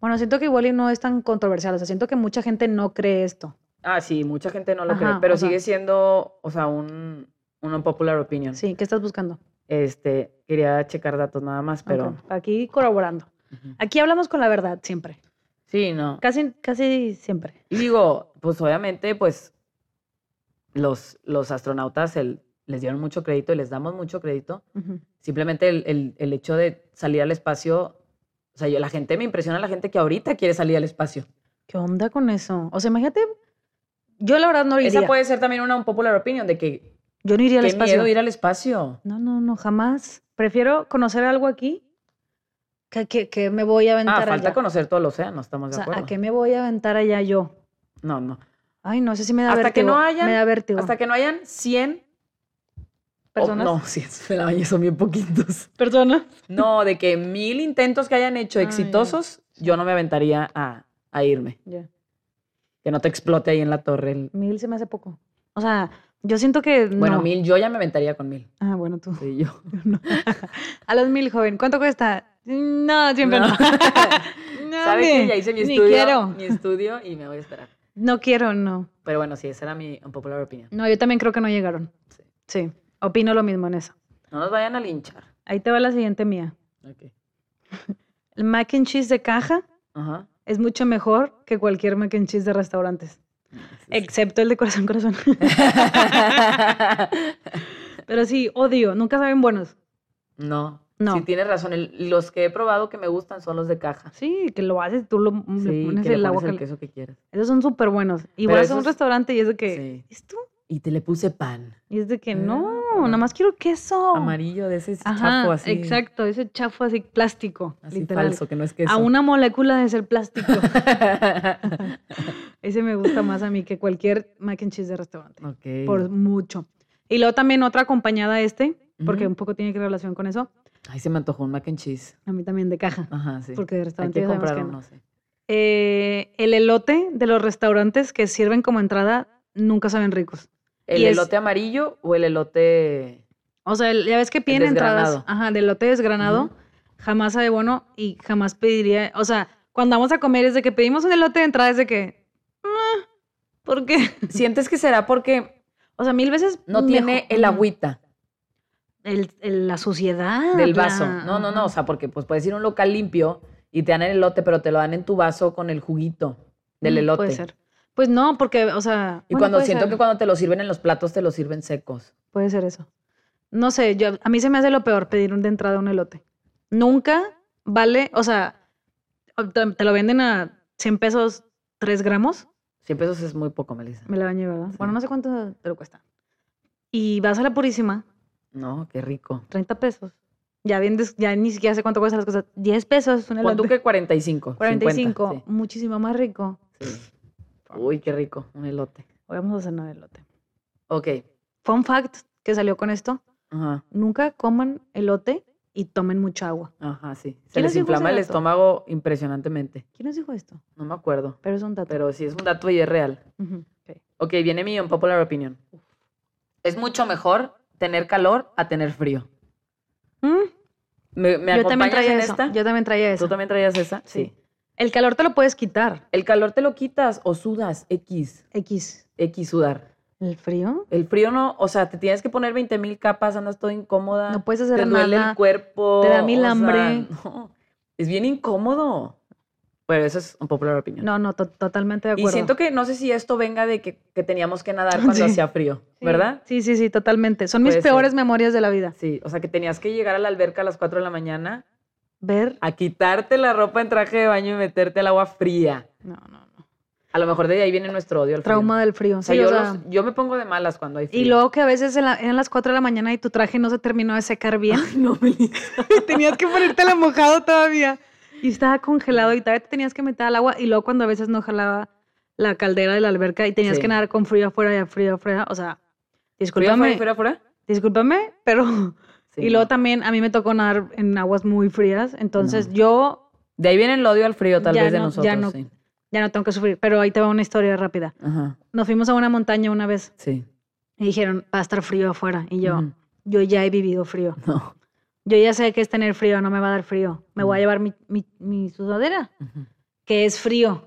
S2: Bueno, siento que igual y no es tan controversial. O sea, siento que mucha gente no cree esto.
S1: Ah, sí, mucha gente no lo cree,
S2: Ajá,
S1: pero
S2: o sea-
S1: sigue siendo, o sea, un, un popular opinion.
S2: Sí, ¿qué estás buscando?
S1: Este, quería checar datos nada más, pero...
S2: Ok, Aquí corroborando.
S1: Ujú.
S2: Aquí hablamos con la verdad siempre.
S1: Sí, no.
S2: Casi, casi siempre.
S1: Y digo, pues obviamente, pues los, los astronautas el- les dieron mucho crédito y les damos mucho crédito.
S2: Ujú.
S1: Simplemente el, el- el hecho de salir al espacio, o sea, yo, la gente me impresiona la gente que ahorita quiere salir al espacio.
S2: ¿Qué onda con eso? O sea, imagínate. Yo la verdad no iría.
S1: Esa puede ser también una un popular opinion de que
S2: Yo no iría al
S1: qué
S2: espacio.
S1: miedo ir al espacio.
S2: No, no, no, jamás. Prefiero conocer algo aquí que, que, que me voy a
S1: Ah,
S2: aventar
S1: falta
S2: allá.
S1: conocer todo el océano, estamos
S2: O
S1: de
S2: sea,
S1: acuerdo.
S2: ¿a qué me voy a aventar allá yo?
S1: No, no.
S2: Ay, no sé si me da
S1: Hasta que
S2: vértigo.
S1: no hayan-
S2: Me da vértigo.
S1: Hasta que no hayan 100 o-
S2: personas.
S1: no, 100, la son bien poquitos.
S2: Personas.
S1: No, de que mil intentos que hayan hecho
S2: Ah, ya.
S1: exitosos, yo no me aventaría a, a irme.
S2: Ya.
S1: Que no te explote ahí en la torre. el-
S2: Mil se me hace poco. O sea, yo siento que.
S1: Bueno,
S2: no.
S1: mil, yo ya me aventaría con mil.
S2: Ah, bueno, tú.
S1: Sí, yo.
S2: A los mil, joven. ¿Cuánto cuesta? No, siempre no.
S1: No.
S2: no.
S1: ¿Sabes
S2: hombre,
S1: que ya hice mi
S2: ni
S1: estudio?
S2: quiero.
S1: Mi estudio y me voy a esperar.
S2: No quiero, no.
S1: Pero bueno, sí, esa era mi unpopular opinión.
S2: No, yo también creo que no llegaron.
S1: Sí.
S2: Sí, opino lo mismo en eso.
S1: No nos vayan a linchar.
S2: Ahí te va la siguiente mía.
S1: Ok.
S2: El mac and cheese de caja
S1: Ajá.
S2: es mucho mejor que cualquier mac and cheese de restaurantes,
S1: Sí, sí.
S2: excepto el de corazón corazón. Pero sí, odio, nunca saben buenos.
S1: no.
S2: No.
S1: Sí, tienes razón. el- los que he probado que me gustan son los de caja.
S2: Sí, que lo haces, tú lo, le
S1: Sí,
S2: pones
S1: que le
S2: el agua.
S1: pones el
S2: cal-
S1: queso que quieras.
S2: Esos son súper buenos. Igual es un
S1: esos-
S2: restaurante y es de que,
S1: Sí.
S2: ¿esto?
S1: Y te le puse pan.
S2: Y es de que,
S1: Ah,
S2: no,
S1: no.
S2: nada más quiero queso.
S1: Amarillo de ese
S2: Ajá,
S1: chafo así.
S2: exacto, ese chafo así plástico,
S1: Así
S2: literal.
S1: falso, que no es queso.
S2: A una molécula de ser plástico. Ese me gusta más a mí que cualquier mac and cheese de restaurante.
S1: ok.
S2: Por mucho. Y luego también otra acompañada a este, porque
S1: Ujú.
S2: un poco tiene que relación con eso.
S1: Ay, se me antojó un mac and cheese.
S2: A mí también de caja.
S1: Ajá, Ah, sí.
S2: Porque de
S1: Hay que
S2: restaurante ya sabemos
S1: comprar
S2: que
S1: uno,
S2: no.
S1: sí.
S2: Eh, el elote de los restaurantes que sirven como entrada nunca saben ricos.
S1: ¿El
S2: Y es-
S1: elote amarillo o el elote...?
S2: O sea, el- ya ves que piden entradas.
S1: desgranado.
S2: Ajá, el elote desgranado.
S1: Ujú.
S2: Jamás sabe bueno y jamás pediría. O sea, cuando vamos a comer es de que pedimos un elote de entrada, es de que. "Ah, ¿Por qué?
S1: ¿Sientes que será porque
S2: O sea, mil veces.
S1: no
S2: mejor-
S1: tiene el
S2: Ujú.
S1: agüita
S2: El- el- la suciedad.
S1: del vaso?
S2: la-
S1: No, no, no. O
S2: ajá.
S1: sea, porque pues puedes ir a un local limpio y te dan el elote, pero te lo dan en tu vaso con el juguito del
S2: Mm,
S1: elote.
S2: Puede ser. Pues no, porque, o sea.
S1: Y
S2: bueno,
S1: cuando
S2: puede
S1: siento
S2: ser,
S1: que cuando te lo sirven en los platos, te lo sirven secos.
S2: Puede ser eso. No sé, yo, a mí se me hace lo peor pedir un de entrada un elote. Nunca vale, o sea, te, te lo venden a 100 pesos 3 gramos.
S1: 100 pesos es muy poco, Melissa.
S2: Me la bañé, ¿verdad?
S1: Sí.
S2: Bueno, no sé cuánto te lo cuesta. Y vas a la Purísima,
S1: No, qué rico.
S2: 30 pesos. Ya bien, des- ya ni siquiera sé cuánto cuestan las cosas. 10 pesos, un
S1: Pon tú
S2: elote.
S1: que 45.
S2: 45,
S1: 50,
S2: muchísimo más rico.
S1: sí, sí. Uy, qué rico, un elote.
S2: Hoy vamos a cenar elote.
S1: Ok.
S2: Fun fact que salió con esto,
S1: Ajá,
S2: nunca coman elote y tomen mucha agua.
S1: ajá, sí. Se
S2: ¿Quién
S1: les
S2: les dijo ese
S1: inflama el
S2: dato?
S1: estómago impresionantemente.
S2: ¿Quién nos dijo esto?
S1: No me acuerdo,
S2: Pero es un dato.
S1: pero sí es un dato y es real.
S2: Ujú, ok.
S1: Ok, viene mi unpopular opinion. Es mucho mejor tener calor a tener frío.
S2: Mm,
S1: ¿Me, me
S2: Yo también
S1: acompañas
S2: traía
S1: en
S2: eso.
S1: esta?
S2: Yo también traía eso.
S1: ¿Tú también traías esa?
S2: Sí. El calor te lo puedes quitar.
S1: El calor te lo quitas o sudas, X,
S2: X.
S1: X sudar.
S2: El frío.
S1: El frío no, o sea, te tienes que poner 20 mil capas, andas todo incómoda.
S2: No puedes hacer
S1: Ah, te duele
S2: nada.
S1: el cuerpo.
S2: te da mil hambre.
S1: no, es bien incómodo. Pero eso es un popular opinión.
S2: No, no, to- totalmente de
S1: y
S2: acuerdo.
S1: siento que no sé si esto venga de que, que teníamos que nadar cuando
S2: Sí.
S1: hacía frío, ¿verdad?
S2: Sí, sí, sí, totalmente. Son mis
S1: Puede ser.
S2: peores memorias de la vida.
S1: Sí, o sea, que tenías que llegar a la alberca a las 4 de la mañana
S2: Ver.
S1: a quitarte la ropa en traje de baño y meterte al agua fría.
S2: No, no, no.
S1: A lo mejor de ahí viene nuestro odio al frío.
S2: Trauma del frío.
S1: O sea,
S2: Sí,
S1: yo,
S2: o sea,
S1: los- yo me pongo de malas cuando hay frío.
S2: Y luego que a veces en la- eran las 4 de la mañana y tu traje no se terminó de secar bien.
S1: No, Melissa.
S2: y tenías que ponértelo mojado todavía. Y estaba congelado y todavía te tenías que meter al agua. Y luego cuando a veces no jalaba la caldera de la alberca y tenías
S1: Sí.
S2: que nadar con frío afuera y frío afuera. O sea,
S1: ¿Frío
S2: discúlpame,
S1: afuera, frío afuera?
S2: discúlpame, pero...
S1: Sí,
S2: y luego
S1: no.
S2: también a mí me tocó nadar en aguas muy frías. Entonces
S1: No.
S2: yo
S1: De ahí viene el odio al frío, tal
S2: Ya
S1: vez, de
S2: no-
S1: nosotros.
S2: ya no.
S1: Sí.
S2: ya no tengo que sufrir. Pero ahí te va una historia rápida.
S1: Ajá,
S2: Nos fuimos a una montaña una vez
S1: sí.
S2: y dijeron, va a estar frío afuera. Y yo,
S1: Ujú.
S2: yo ya he vivido frío.
S1: No.
S2: Yo ya sé que es tener frío, no me va a dar frío. Me voy a
S1: Mm.
S2: llevar mi, mi, mi sudadera,
S1: Ujú.
S2: que es frío.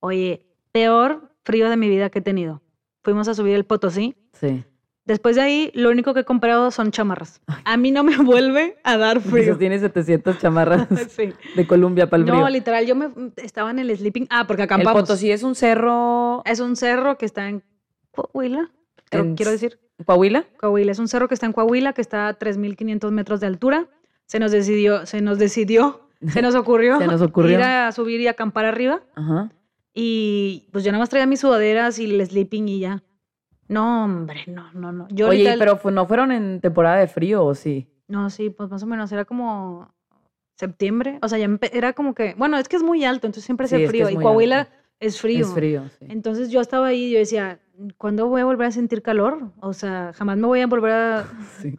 S2: Oye, peor frío de mi vida que he tenido. Fuimos a subir el Potosí.
S1: Sí.
S2: Después de ahí, lo único que he comprado son chamarras. A mí no me vuelve a dar
S1: Dices,
S2: frío.
S1: tiene 700 chamarras
S2: Sí.
S1: de Colombia para el frío.
S2: No, literal, yo me estaba en el sleeping. Ah, porque
S1: el
S2: acampamos.
S1: Potosí es un cerro
S2: Es un cerro que está en Coahuila. creo-
S1: En-
S2: quiero decir,
S1: en Coahuila.
S2: Coahuila. Es un cerro que está en Coahuila, que está a 3.500 metros de altura. Se nos decidió, se nos decidió, se nos ocurrió,
S1: Se nos ocurrió.
S2: ir a subir y acampar arriba.
S1: Ajá.
S2: Y pues yo nada más traía mis sudaderas y el sleeping y ya. No, hombre, no, no, no. Yo
S1: Oye,
S2: ahorita-
S1: ¿y pero fu- no fueron en temporada de frío o sí.
S2: No, sí, pues más o menos era como septiembre. O sea, ya empe- era como que... Bueno, es que es muy alto, entonces siempre
S1: Sí,
S2: hace
S1: es que
S2: frío.
S1: es
S2: y
S1: muy
S2: Coahuila
S1: alto.
S2: es frío.
S1: Es frío, sí.
S2: Entonces yo estaba ahí y yo decía, ¿cuándo voy a volver a sentir calor? O sea, jamás me voy a volver a
S1: Sí.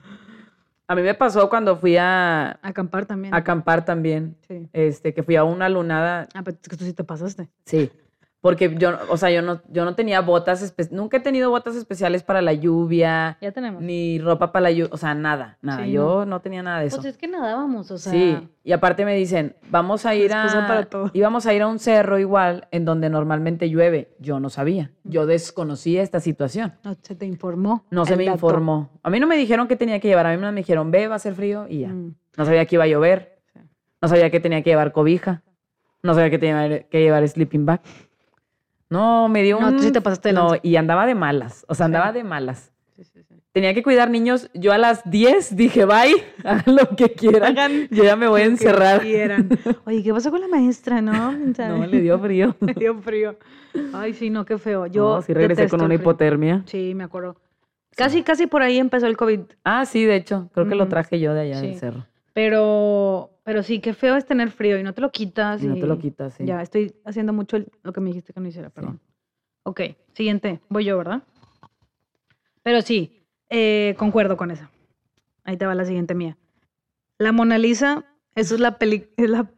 S1: A mí me pasó cuando fui a, a
S2: acampar también.
S1: acampar también,
S2: Sí.
S1: este, que fui a una lunada,
S2: Ah, pero es que tú sí te pasaste.
S1: sí, porque yo, no- o sea, yo no, yo no tenía botas, espe- nunca he tenido botas especiales para la lluvia,
S2: Ya tenemos.
S1: ni ropa para la lluvia, o sea, nada, nada,
S2: Sí,
S1: yo no. tenía nada de eso.
S2: Pues es que nadábamos, o sea...
S1: sí, y aparte me dicen, vamos a ir
S2: excusa
S1: a,
S2: para todo.
S1: íbamos a ir a un cerro igual, en donde normalmente llueve, yo no sabía, yo desconocía esta situación.
S2: No se te informó.
S1: No se
S2: el
S1: me
S2: dato.
S1: informó. A mí no me dijeron qué tenía que llevar. A mí me dijeron, ve, va a hacer frío y ya.
S2: Mm.
S1: No sabía que iba a llover.
S2: Sí.
S1: No sabía que tenía que llevar cobija. No sabía que tenía que llevar sleeping bag. No, me dio
S2: No,
S1: un...
S2: tú sí te pasaste de
S1: No,
S2: lanza.
S1: y andaba de malas. O sea, andaba de malas.
S2: Sí, sí, sí.
S1: Tenía que cuidar niños. Yo a las 10 dije, bye, hagan lo que quieran.
S2: Hagan
S1: Yo ya me voy a encerrar.
S2: Quieran. Oye, ¿qué pasó con la maestra, no?
S1: No, le dio frío.
S2: Me dio frío. Ay, sí, no, qué feo. Yo
S1: Yo sí regresé
S2: detesto
S1: con
S2: el
S1: una
S2: frío.
S1: hipotermia.
S2: Sí, me acuerdo. Casi, casi por ahí empezó el COVID.
S1: Ah, sí, de hecho. Creo que lo
S2: Ujú.
S1: traje yo de allá del
S2: Sí.
S1: cerro.
S2: Pero, pero sí, qué feo es tener frío y no te lo quitas.
S1: Y no te lo quitas, sí.
S2: Ah, Ya, estoy haciendo mucho el- lo que me dijiste que no hiciera, perdón. Ok, siguiente. Voy yo, ¿verdad? Pero sí, eh, concuerdo con esa. Ahí te va la siguiente mía. La Mona Lisa, eso es la, peli- es la,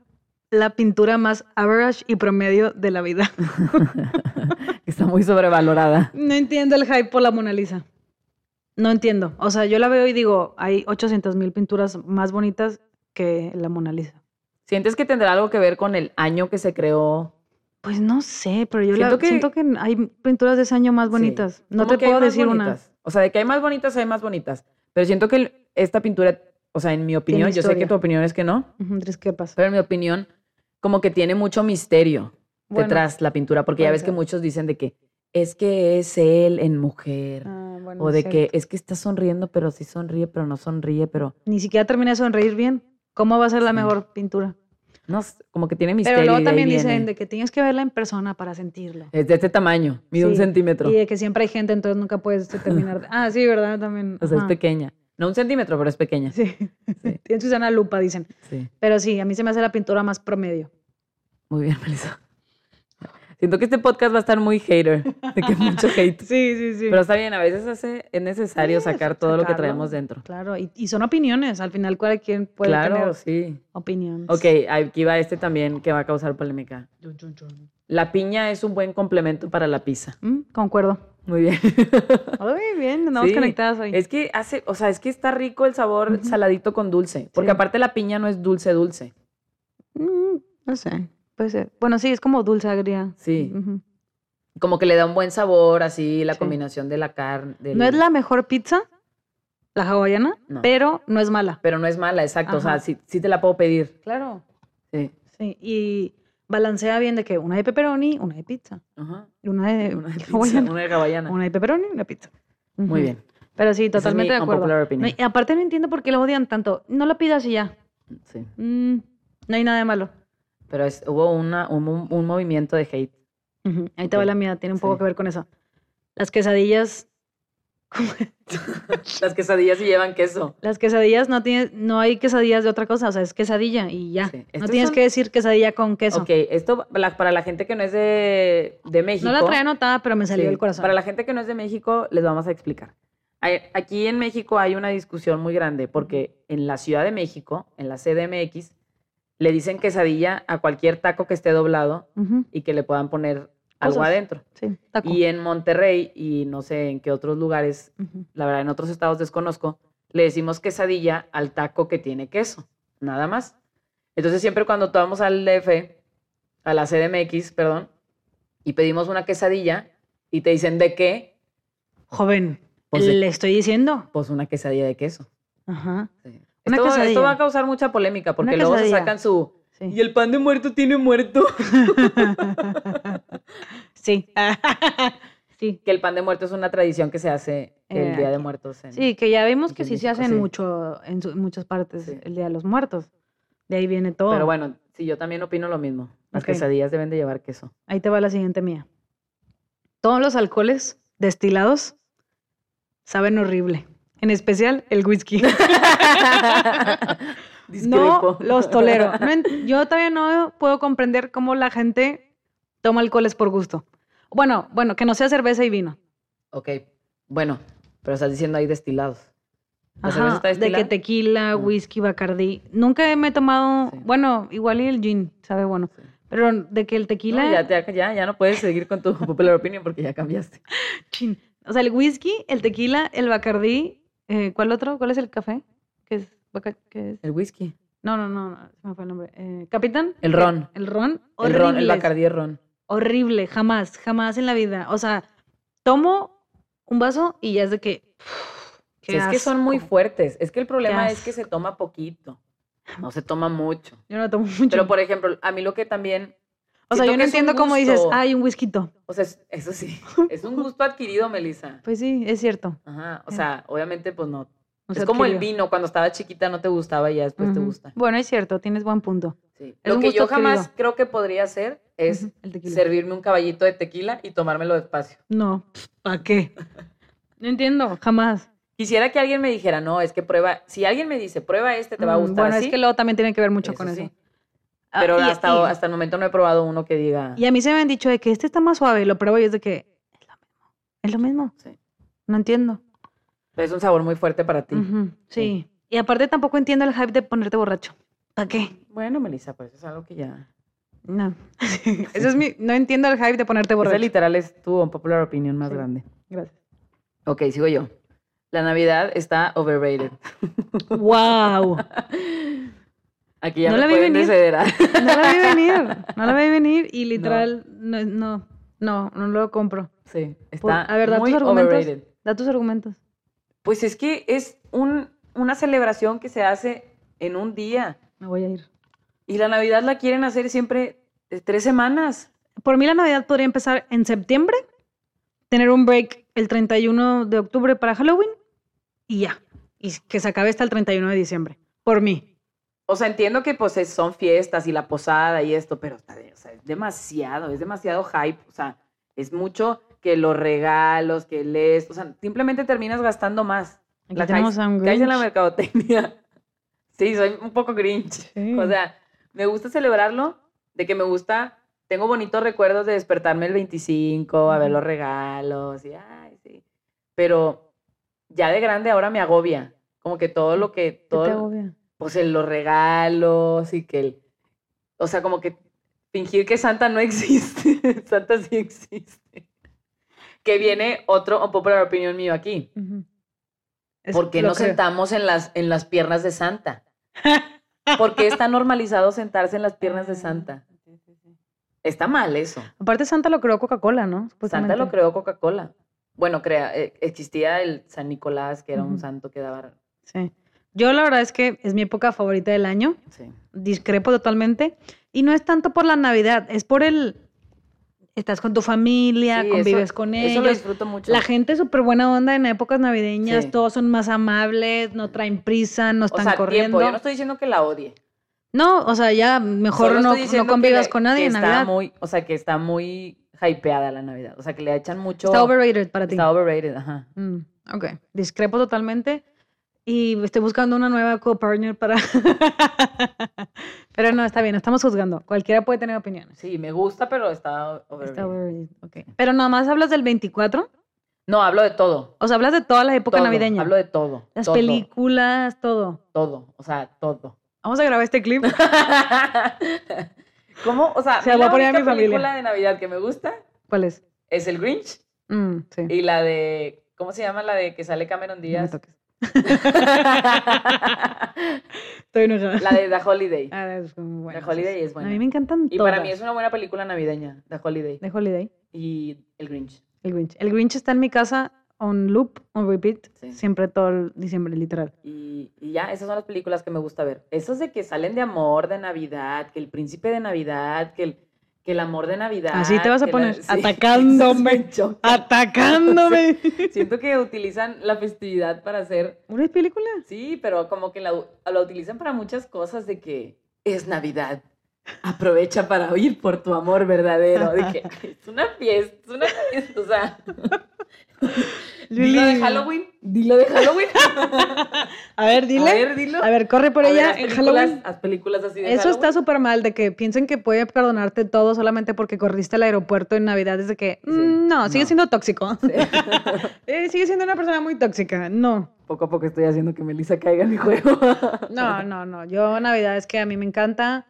S2: la pintura más average y promedio de la vida.
S1: Está muy sobrevalorada.
S2: No entiendo el hype por la Mona Lisa. No entiendo. O sea, yo la veo y digo, hay 800 mil pinturas más bonitas que la Mona Lisa.
S1: ¿Sientes que tendrá algo que ver con el año que se creó?
S2: Pues no sé, pero yo
S1: Siento
S2: siento,
S1: que-
S2: que... siento que hay pinturas de ese año más bonitas.
S1: Sí.
S2: No
S1: Como
S2: te
S1: que hay
S2: puedo
S1: más
S2: decir una.
S1: bonitas. O sea, de que hay más bonitas, hay más bonitas. Pero siento que el- esta pintura, o sea, en mi opinión, yo sé que
S2: historia.
S1: tu opinión es que no,
S2: Ujú, Tres quepas.
S1: pero en mi opinión, como que tiene mucho misterio
S2: Bueno.
S1: detrás la pintura, porque ya
S2: puede
S1: ves que
S2: ser.
S1: muchos dicen de que es que es él en mujer,
S2: Ah, bueno,
S1: o de
S2: es
S1: que
S2: cierto.
S1: es que está sonriendo, pero sí sonríe, pero no sonríe, pero
S2: Ni siquiera termina de sonreír bien. ¿Cómo va a ser la
S1: Sí.
S2: mejor pintura?
S1: no sé, como que tiene misterio.
S2: Pero luego
S1: y de ahí
S2: también dicen
S1: viene.
S2: de que tienes que verla en persona para sentirlo.
S1: Es de este tamaño, mide un
S2: Sí,
S1: centímetro.
S2: Y de que siempre hay gente, entonces nunca puedes terminar. de- Ah, sí, ¿verdad? También.
S1: O sea, es
S2: ajá.
S1: pequeña. No un centímetro, pero es pequeña.
S2: Sí.
S1: Sí.
S2: Tienes que usar una lupa, dicen.
S1: Sí.
S2: Pero sí, a mí se me hace la pintura más promedio.
S1: Muy bien, Melissa. Siento que este podcast va a estar muy hater, de que mucho hate.
S2: Sí, sí, sí.
S1: Pero está bien, a veces hace- es necesario
S2: Sí,
S1: sacar todo lo que
S2: sacarlo.
S1: traemos dentro.
S2: Claro, y, y son opiniones. Al final, cualquier puede
S1: claro,
S2: tener
S1: sí.
S2: opiniones.
S1: Ok, aquí va este también que va a causar polémica.
S2: Chun, chun, chun.
S1: La piña es un buen complemento para la pizza.
S2: Mm, Concuerdo.
S1: Muy bien.
S2: Muy bien, andamos
S1: Sí,
S2: conectadas hoy.
S1: Es que hace, o sea, es que está rico el sabor
S2: Ujú.
S1: saladito con dulce, porque
S2: Sí.
S1: aparte la piña no es dulce dulce.
S2: Mm, no sé, puede ser. Bueno, sí, es como dulce agria.
S1: Sí.
S2: Ujú.
S1: Como que le da un buen sabor así la
S2: Sí.
S1: combinación de la carne. del-
S2: No es la mejor pizza, la hawaiana,
S1: No.
S2: pero no es mala.
S1: pero no es mala, exacto, o sea,
S2: Ajá.
S1: sí, sí te la puedo pedir.
S2: Claro.
S1: Sí.
S2: Sí, y balancea bien de que una de pepperoni, una de pizza.
S1: Ajá.
S2: y Una de,
S1: Una de pizza,
S2: hawaiana,
S1: una de hawaiana.
S2: una de pepperoni, una de pizza.
S1: Muy
S2: Ujú.
S1: bien.
S2: Pero sí,
S1: Esa es
S2: totalmente
S1: mi
S2: de acuerdo.
S1: unpopular
S2: No,
S1: opinion.
S2: y aparte no entiendo por qué lo odian tanto. No lo pidas y ya.
S1: Sí.
S2: Mm, no hay nada de malo.
S1: Pero es- hubo una, un, un- un movimiento de hate.
S2: Ujú, Ahí te
S1: Ok,
S2: va la mía, tiene un poco
S1: sí.
S2: que ver con eso. Las quesadillas,
S1: Las quesadillas sí llevan queso.
S2: las quesadillas no tienes, no hay quesadillas de otra cosa, o sea, es quesadilla y ya.
S1: Sí,
S2: No
S1: estos
S2: tienes
S1: son-
S2: que decir quesadilla con queso.
S1: Ok, esto la- para la gente que no es de, de México.
S2: No la traía anotada, pero me salió
S1: Sí,
S2: el corazón.
S1: Para la gente que no es de México, les vamos a explicar. Hay- Aquí en México hay una discusión muy grande porque en la Ciudad de México, en la CDMX, le dicen quesadilla a cualquier taco que esté doblado
S2: Ujú,
S1: y que le puedan poner algo
S2: Cosas.
S1: adentro.
S2: sí, taco.
S1: Y en Monterrey y no sé en qué otros lugares,
S2: Ujú.
S1: la verdad en otros estados desconozco, le decimos quesadilla al taco que tiene queso, nada más. Entonces siempre cuando vamos al DF, a la CDMX, perdón, y pedimos una quesadilla y te dicen de qué,
S2: Joven,
S1: Pues de-
S2: le estoy diciendo.
S1: pues una quesadilla de queso.
S2: Ajá. Una
S1: Esto,
S2: quesadilla.
S1: esto va a causar mucha polémica porque
S2: Una
S1: luego se
S2: quesadilla.
S1: sacan su...
S2: Sí.
S1: Y el pan de muerto tiene muerto.
S2: sí. sí.
S1: Que el pan de muerto es una tradición que se hace el
S2: Eh,
S1: Día de
S2: aquí.
S1: Muertos. en-
S2: Sí, que ya vimos
S1: Aquí
S2: que
S1: en
S2: sí se
S1: México,
S2: hacen
S1: sí.
S2: mucho en, su- en muchas partes
S1: Sí.
S2: el Día de los Muertos. De ahí viene todo.
S1: Pero bueno, sí, yo también opino lo mismo. Las
S2: Ok.
S1: quesadillas deben de llevar queso.
S2: Ahí te va la siguiente mía. Todos los alcoholes destilados saben horrible. En especial el whisky.
S1: Discrepo.
S2: No los tolero. No en- yo todavía no puedo comprender cómo la gente toma alcoholes por gusto. Bueno, bueno, que no sea cerveza y vino.
S1: Ok, bueno, pero estás diciendo ahí destilados. ¿La cerveza
S2: Ajá,
S1: está
S2: de que
S1: destilada?
S2: tequila,
S1: Ah.
S2: whisky, bacardí. Nunca me he tomado,
S1: Sí.
S2: bueno, igual y el gin, sabe bueno.
S1: Sí.
S2: Pero de que el tequila,
S1: No, ya, te- ya, ya no puedes seguir con tu popular opinion porque ya cambiaste.
S2: chin. o sea, el whisky, el tequila, el bacardí, eh, ¿cuál otro? ¿Cuál es el café? ¿Qué es? Baca- qué es?
S1: El whisky.
S2: No, no, no, no, se me fue el nombre. Eh, Capitán.
S1: El ron.
S2: El ron.
S1: El ron, el
S2: horribles.
S1: Bacardí es ron.
S2: horrible, jamás, jamás en la vida. O sea, tomo un vaso y ya es de que. uf, qué
S1: Sí, es que son muy
S2: asco.
S1: fuertes. Es que el problema es que
S2: asco.
S1: se toma poquito. No se toma mucho.
S2: Yo no tomo mucho.
S1: Pero, por ejemplo, a mí lo que también...
S2: o sea,
S1: siento que
S2: yo
S1: es
S2: no
S1: un
S2: entiendo cómo dices,
S1: gusto.
S2: hay un whiskito.
S1: O sea, es- eso sí, es un gusto adquirido, Melissa.
S2: Pues sí, es cierto.
S1: Ajá, o
S2: Ya.
S1: sea, obviamente, pues no.
S2: no
S1: es
S2: se
S1: como el
S2: adquirió.
S1: vino, cuando estaba chiquita no te gustaba y ya después te
S2: Ujú.
S1: gusta.
S2: Bueno, es cierto, tienes buen punto.
S1: Sí.
S2: Es
S1: Lo
S2: un
S1: que yo
S2: gusto
S1: jamás
S2: adquirido.
S1: creo que podría hacer es
S2: Ujú, el tequila.
S1: servirme un caballito de tequila y tomármelo despacio.
S2: No, ¿para qué? No entiendo, jamás.
S1: Quisiera que alguien me dijera, no, es que prueba, si alguien me dice, prueba este, te va a
S2: Mm,
S1: gustar
S2: Bueno,
S1: así",
S2: es que luego también tiene que ver mucho
S1: eso
S2: con
S1: sí.
S2: eso. Ah,
S1: Pero
S2: y-
S1: hasta,
S2: y-
S1: hasta el momento no he probado uno que diga,
S2: Y a mí se me han dicho de que este está más suave, lo pruebo y es de que es lo mismo. Es lo mismo.
S1: Sí.
S2: No entiendo.
S1: es un sabor muy fuerte para ti.
S2: Ujú,
S1: Sí.
S2: sí. Y aparte tampoco entiendo el hype de ponerte borracho. ¿Para qué?
S1: Bueno, Melissa, pues es algo que ya...
S2: No. Eso es mi, no entiendo el hype de ponerte
S1: Esa
S2: borracho.
S1: literal es tu popular opinión más
S2: Sí.
S1: grande.
S2: Gracias.
S1: Ok, sigo yo. La Navidad está overrated.
S2: Wow.
S1: Aquí ya
S2: No
S1: me
S2: la vi
S1: pueden
S2: venir.
S1: desederar.
S2: No la vi venir. No la vi venir y literal no no no, no lo compro.
S1: Sí,
S2: Por-
S1: está
S2: a ver, da
S1: muy
S2: tus argumentos.
S1: overrated.
S2: Da tus argumentos.
S1: Pues es que es un- una celebración que se hace en un día.
S2: Me voy a ir.
S1: Y la Navidad la quieren hacer siempre eh, tres semanas.
S2: Por mí la Navidad podría empezar en septiembre, tener un break el 31 de octubre para Halloween y ya. Y que se acabe hasta el 31 de diciembre. Por mí.
S1: o sea, entiendo que pues es- son fiestas y la posada y esto, pero está de- o sea, es demasiado, es demasiado hype, o sea, es mucho que los regalos, que les, o sea, simplemente terminas gastando más.
S2: Aquí
S1: La
S2: tenemos a un
S1: Caes en la
S2: Grinch.
S1: mercadotecnia. Sí, soy un poco grinch.
S2: Sí.
S1: O sea, me gusta celebrarlo, de que me gusta, tengo bonitos recuerdos de despertarme el 25, a ver
S2: Ujú.
S1: los regalos, y ay, sí. Pero ya de grande ahora me agobia, como que todo lo que,
S2: ¿Qué te
S1: todo,
S2: agobia?
S1: pues en los regalos y que el, o sea, como que fingir que Santa no existe, Santa sí existe. Que viene otro unpopular opinion mío aquí.
S2: Ujú. Es-
S1: ¿Por qué
S2: lo
S1: nos
S2: creo.
S1: sentamos en las, en las piernas de Santa? ¿Por qué está normalizado sentarse en las piernas de Santa? Está mal eso.
S2: Aparte Santa lo creó Coca-Cola, ¿no?
S1: Santa lo
S2: Supuestamente.
S1: creó Coca-Cola. Bueno, crea, eh, existía el San Nicolás, que era un
S2: Ujú.
S1: santo que daba...
S2: Sí. Yo la verdad es que es mi época favorita del año.
S1: Sí.
S2: discrepo totalmente. Y no es tanto por la Navidad, es por el... Estás con tu familia,
S1: Sí, eso-
S2: convives con
S1: Eso lo
S2: ellos.
S1: disfruto mucho.
S2: La gente es súper buena onda en épocas navideñas,
S1: Sí.
S2: todos son más amables, no traen prisa, no
S1: o
S2: están
S1: sea,
S2: corriendo.
S1: tiempo. Yo no estoy diciendo que la odie.
S2: No, o sea, ya mejor
S1: Solo
S2: no,
S1: estoy
S2: no
S1: diciendo que
S2: convivas
S1: le-
S2: con nadie
S1: que
S2: en
S1: está
S2: Navidad.
S1: Muy, o sea, que está muy hypeada la Navidad. O sea, que le echan mucho...
S2: Está overrated para ti.
S1: Está overrated, ajá.
S2: Mm, ok, discrepo totalmente. Y estoy buscando una nueva co-partner para... Pero no, está bien, no estamos juzgando. Cualquiera puede tener opiniones.
S1: Sí, me gusta, pero está overrated.
S2: Está overrated, ok. Pero nada más hablas del 24,
S1: No, hablo de todo.
S2: o sea, hablas de toda la época
S1: todo,
S2: navideña.
S1: Hablo de todo.
S2: Las
S1: todo,
S2: películas, todo.
S1: Todo, o sea, todo.
S2: Vamos a grabar este clip.
S1: ¿Cómo? O sea,
S2: Se
S1: a mí
S2: la voy a
S1: la
S2: poner a
S1: única
S2: mi familia.
S1: película de Navidad que me gusta
S2: ¿Cuál es?
S1: es El Grinch
S2: Mm, sí.
S1: y la de... ¿Cómo se llama la de que sale Cameron
S2: No me
S1: Díaz?
S2: toques. Estoy enojada.
S1: la de The Holiday.
S2: Ah, es como buena,
S1: The Holiday es buena.
S2: A mí me encantan
S1: Y
S2: todas.
S1: para mí es una buena película navideña, The Holiday.
S2: De Holiday,
S1: Y El Grinch.
S2: el Grinch. El Grinch está en mi casa on loop, on repeat,
S1: Sí.
S2: siempre todo el diciembre, literal.
S1: Y, y ya, esas son las películas que me gusta ver. Esas de que salen de amor de Navidad, que el príncipe de Navidad, que el, que el amor de Navidad.
S2: Así te vas a
S1: que
S2: poner,
S1: esas me
S2: atacándome.
S1: chocan.
S2: ¡Atacándome!
S1: Siento que utilizan la festividad para hacer,
S2: ¿Una película?
S1: sí, pero como que la, u- la utilizan para muchas cosas de que es Navidad. Aprovecha para oír por tu amor verdadero. De que es una fiesta, es una fiesta. O sea, dilo de
S2: Lili.
S1: Halloween, dilo de Halloween.
S2: A ver, dile.
S1: A ver, dilo.
S2: A ver, corre por
S1: A ver,
S2: ella
S1: haz
S2: en
S1: películas-
S2: Halloween.
S1: haz películas así de
S2: Eso está
S1: Halloween.
S2: súper mal, de que piensen que puede perdonarte todo solamente porque corriste al aeropuerto en Navidad, desde que,
S1: Sí,
S2: mm, no, sigue
S1: no.
S2: siendo tóxico.
S1: Sí.
S2: Eh, sigue siendo una persona muy tóxica. No,
S1: Poco a poco estoy haciendo que Melissa caiga en mi juego.
S2: no, no, no. Yo Navidad es que a mí me encanta,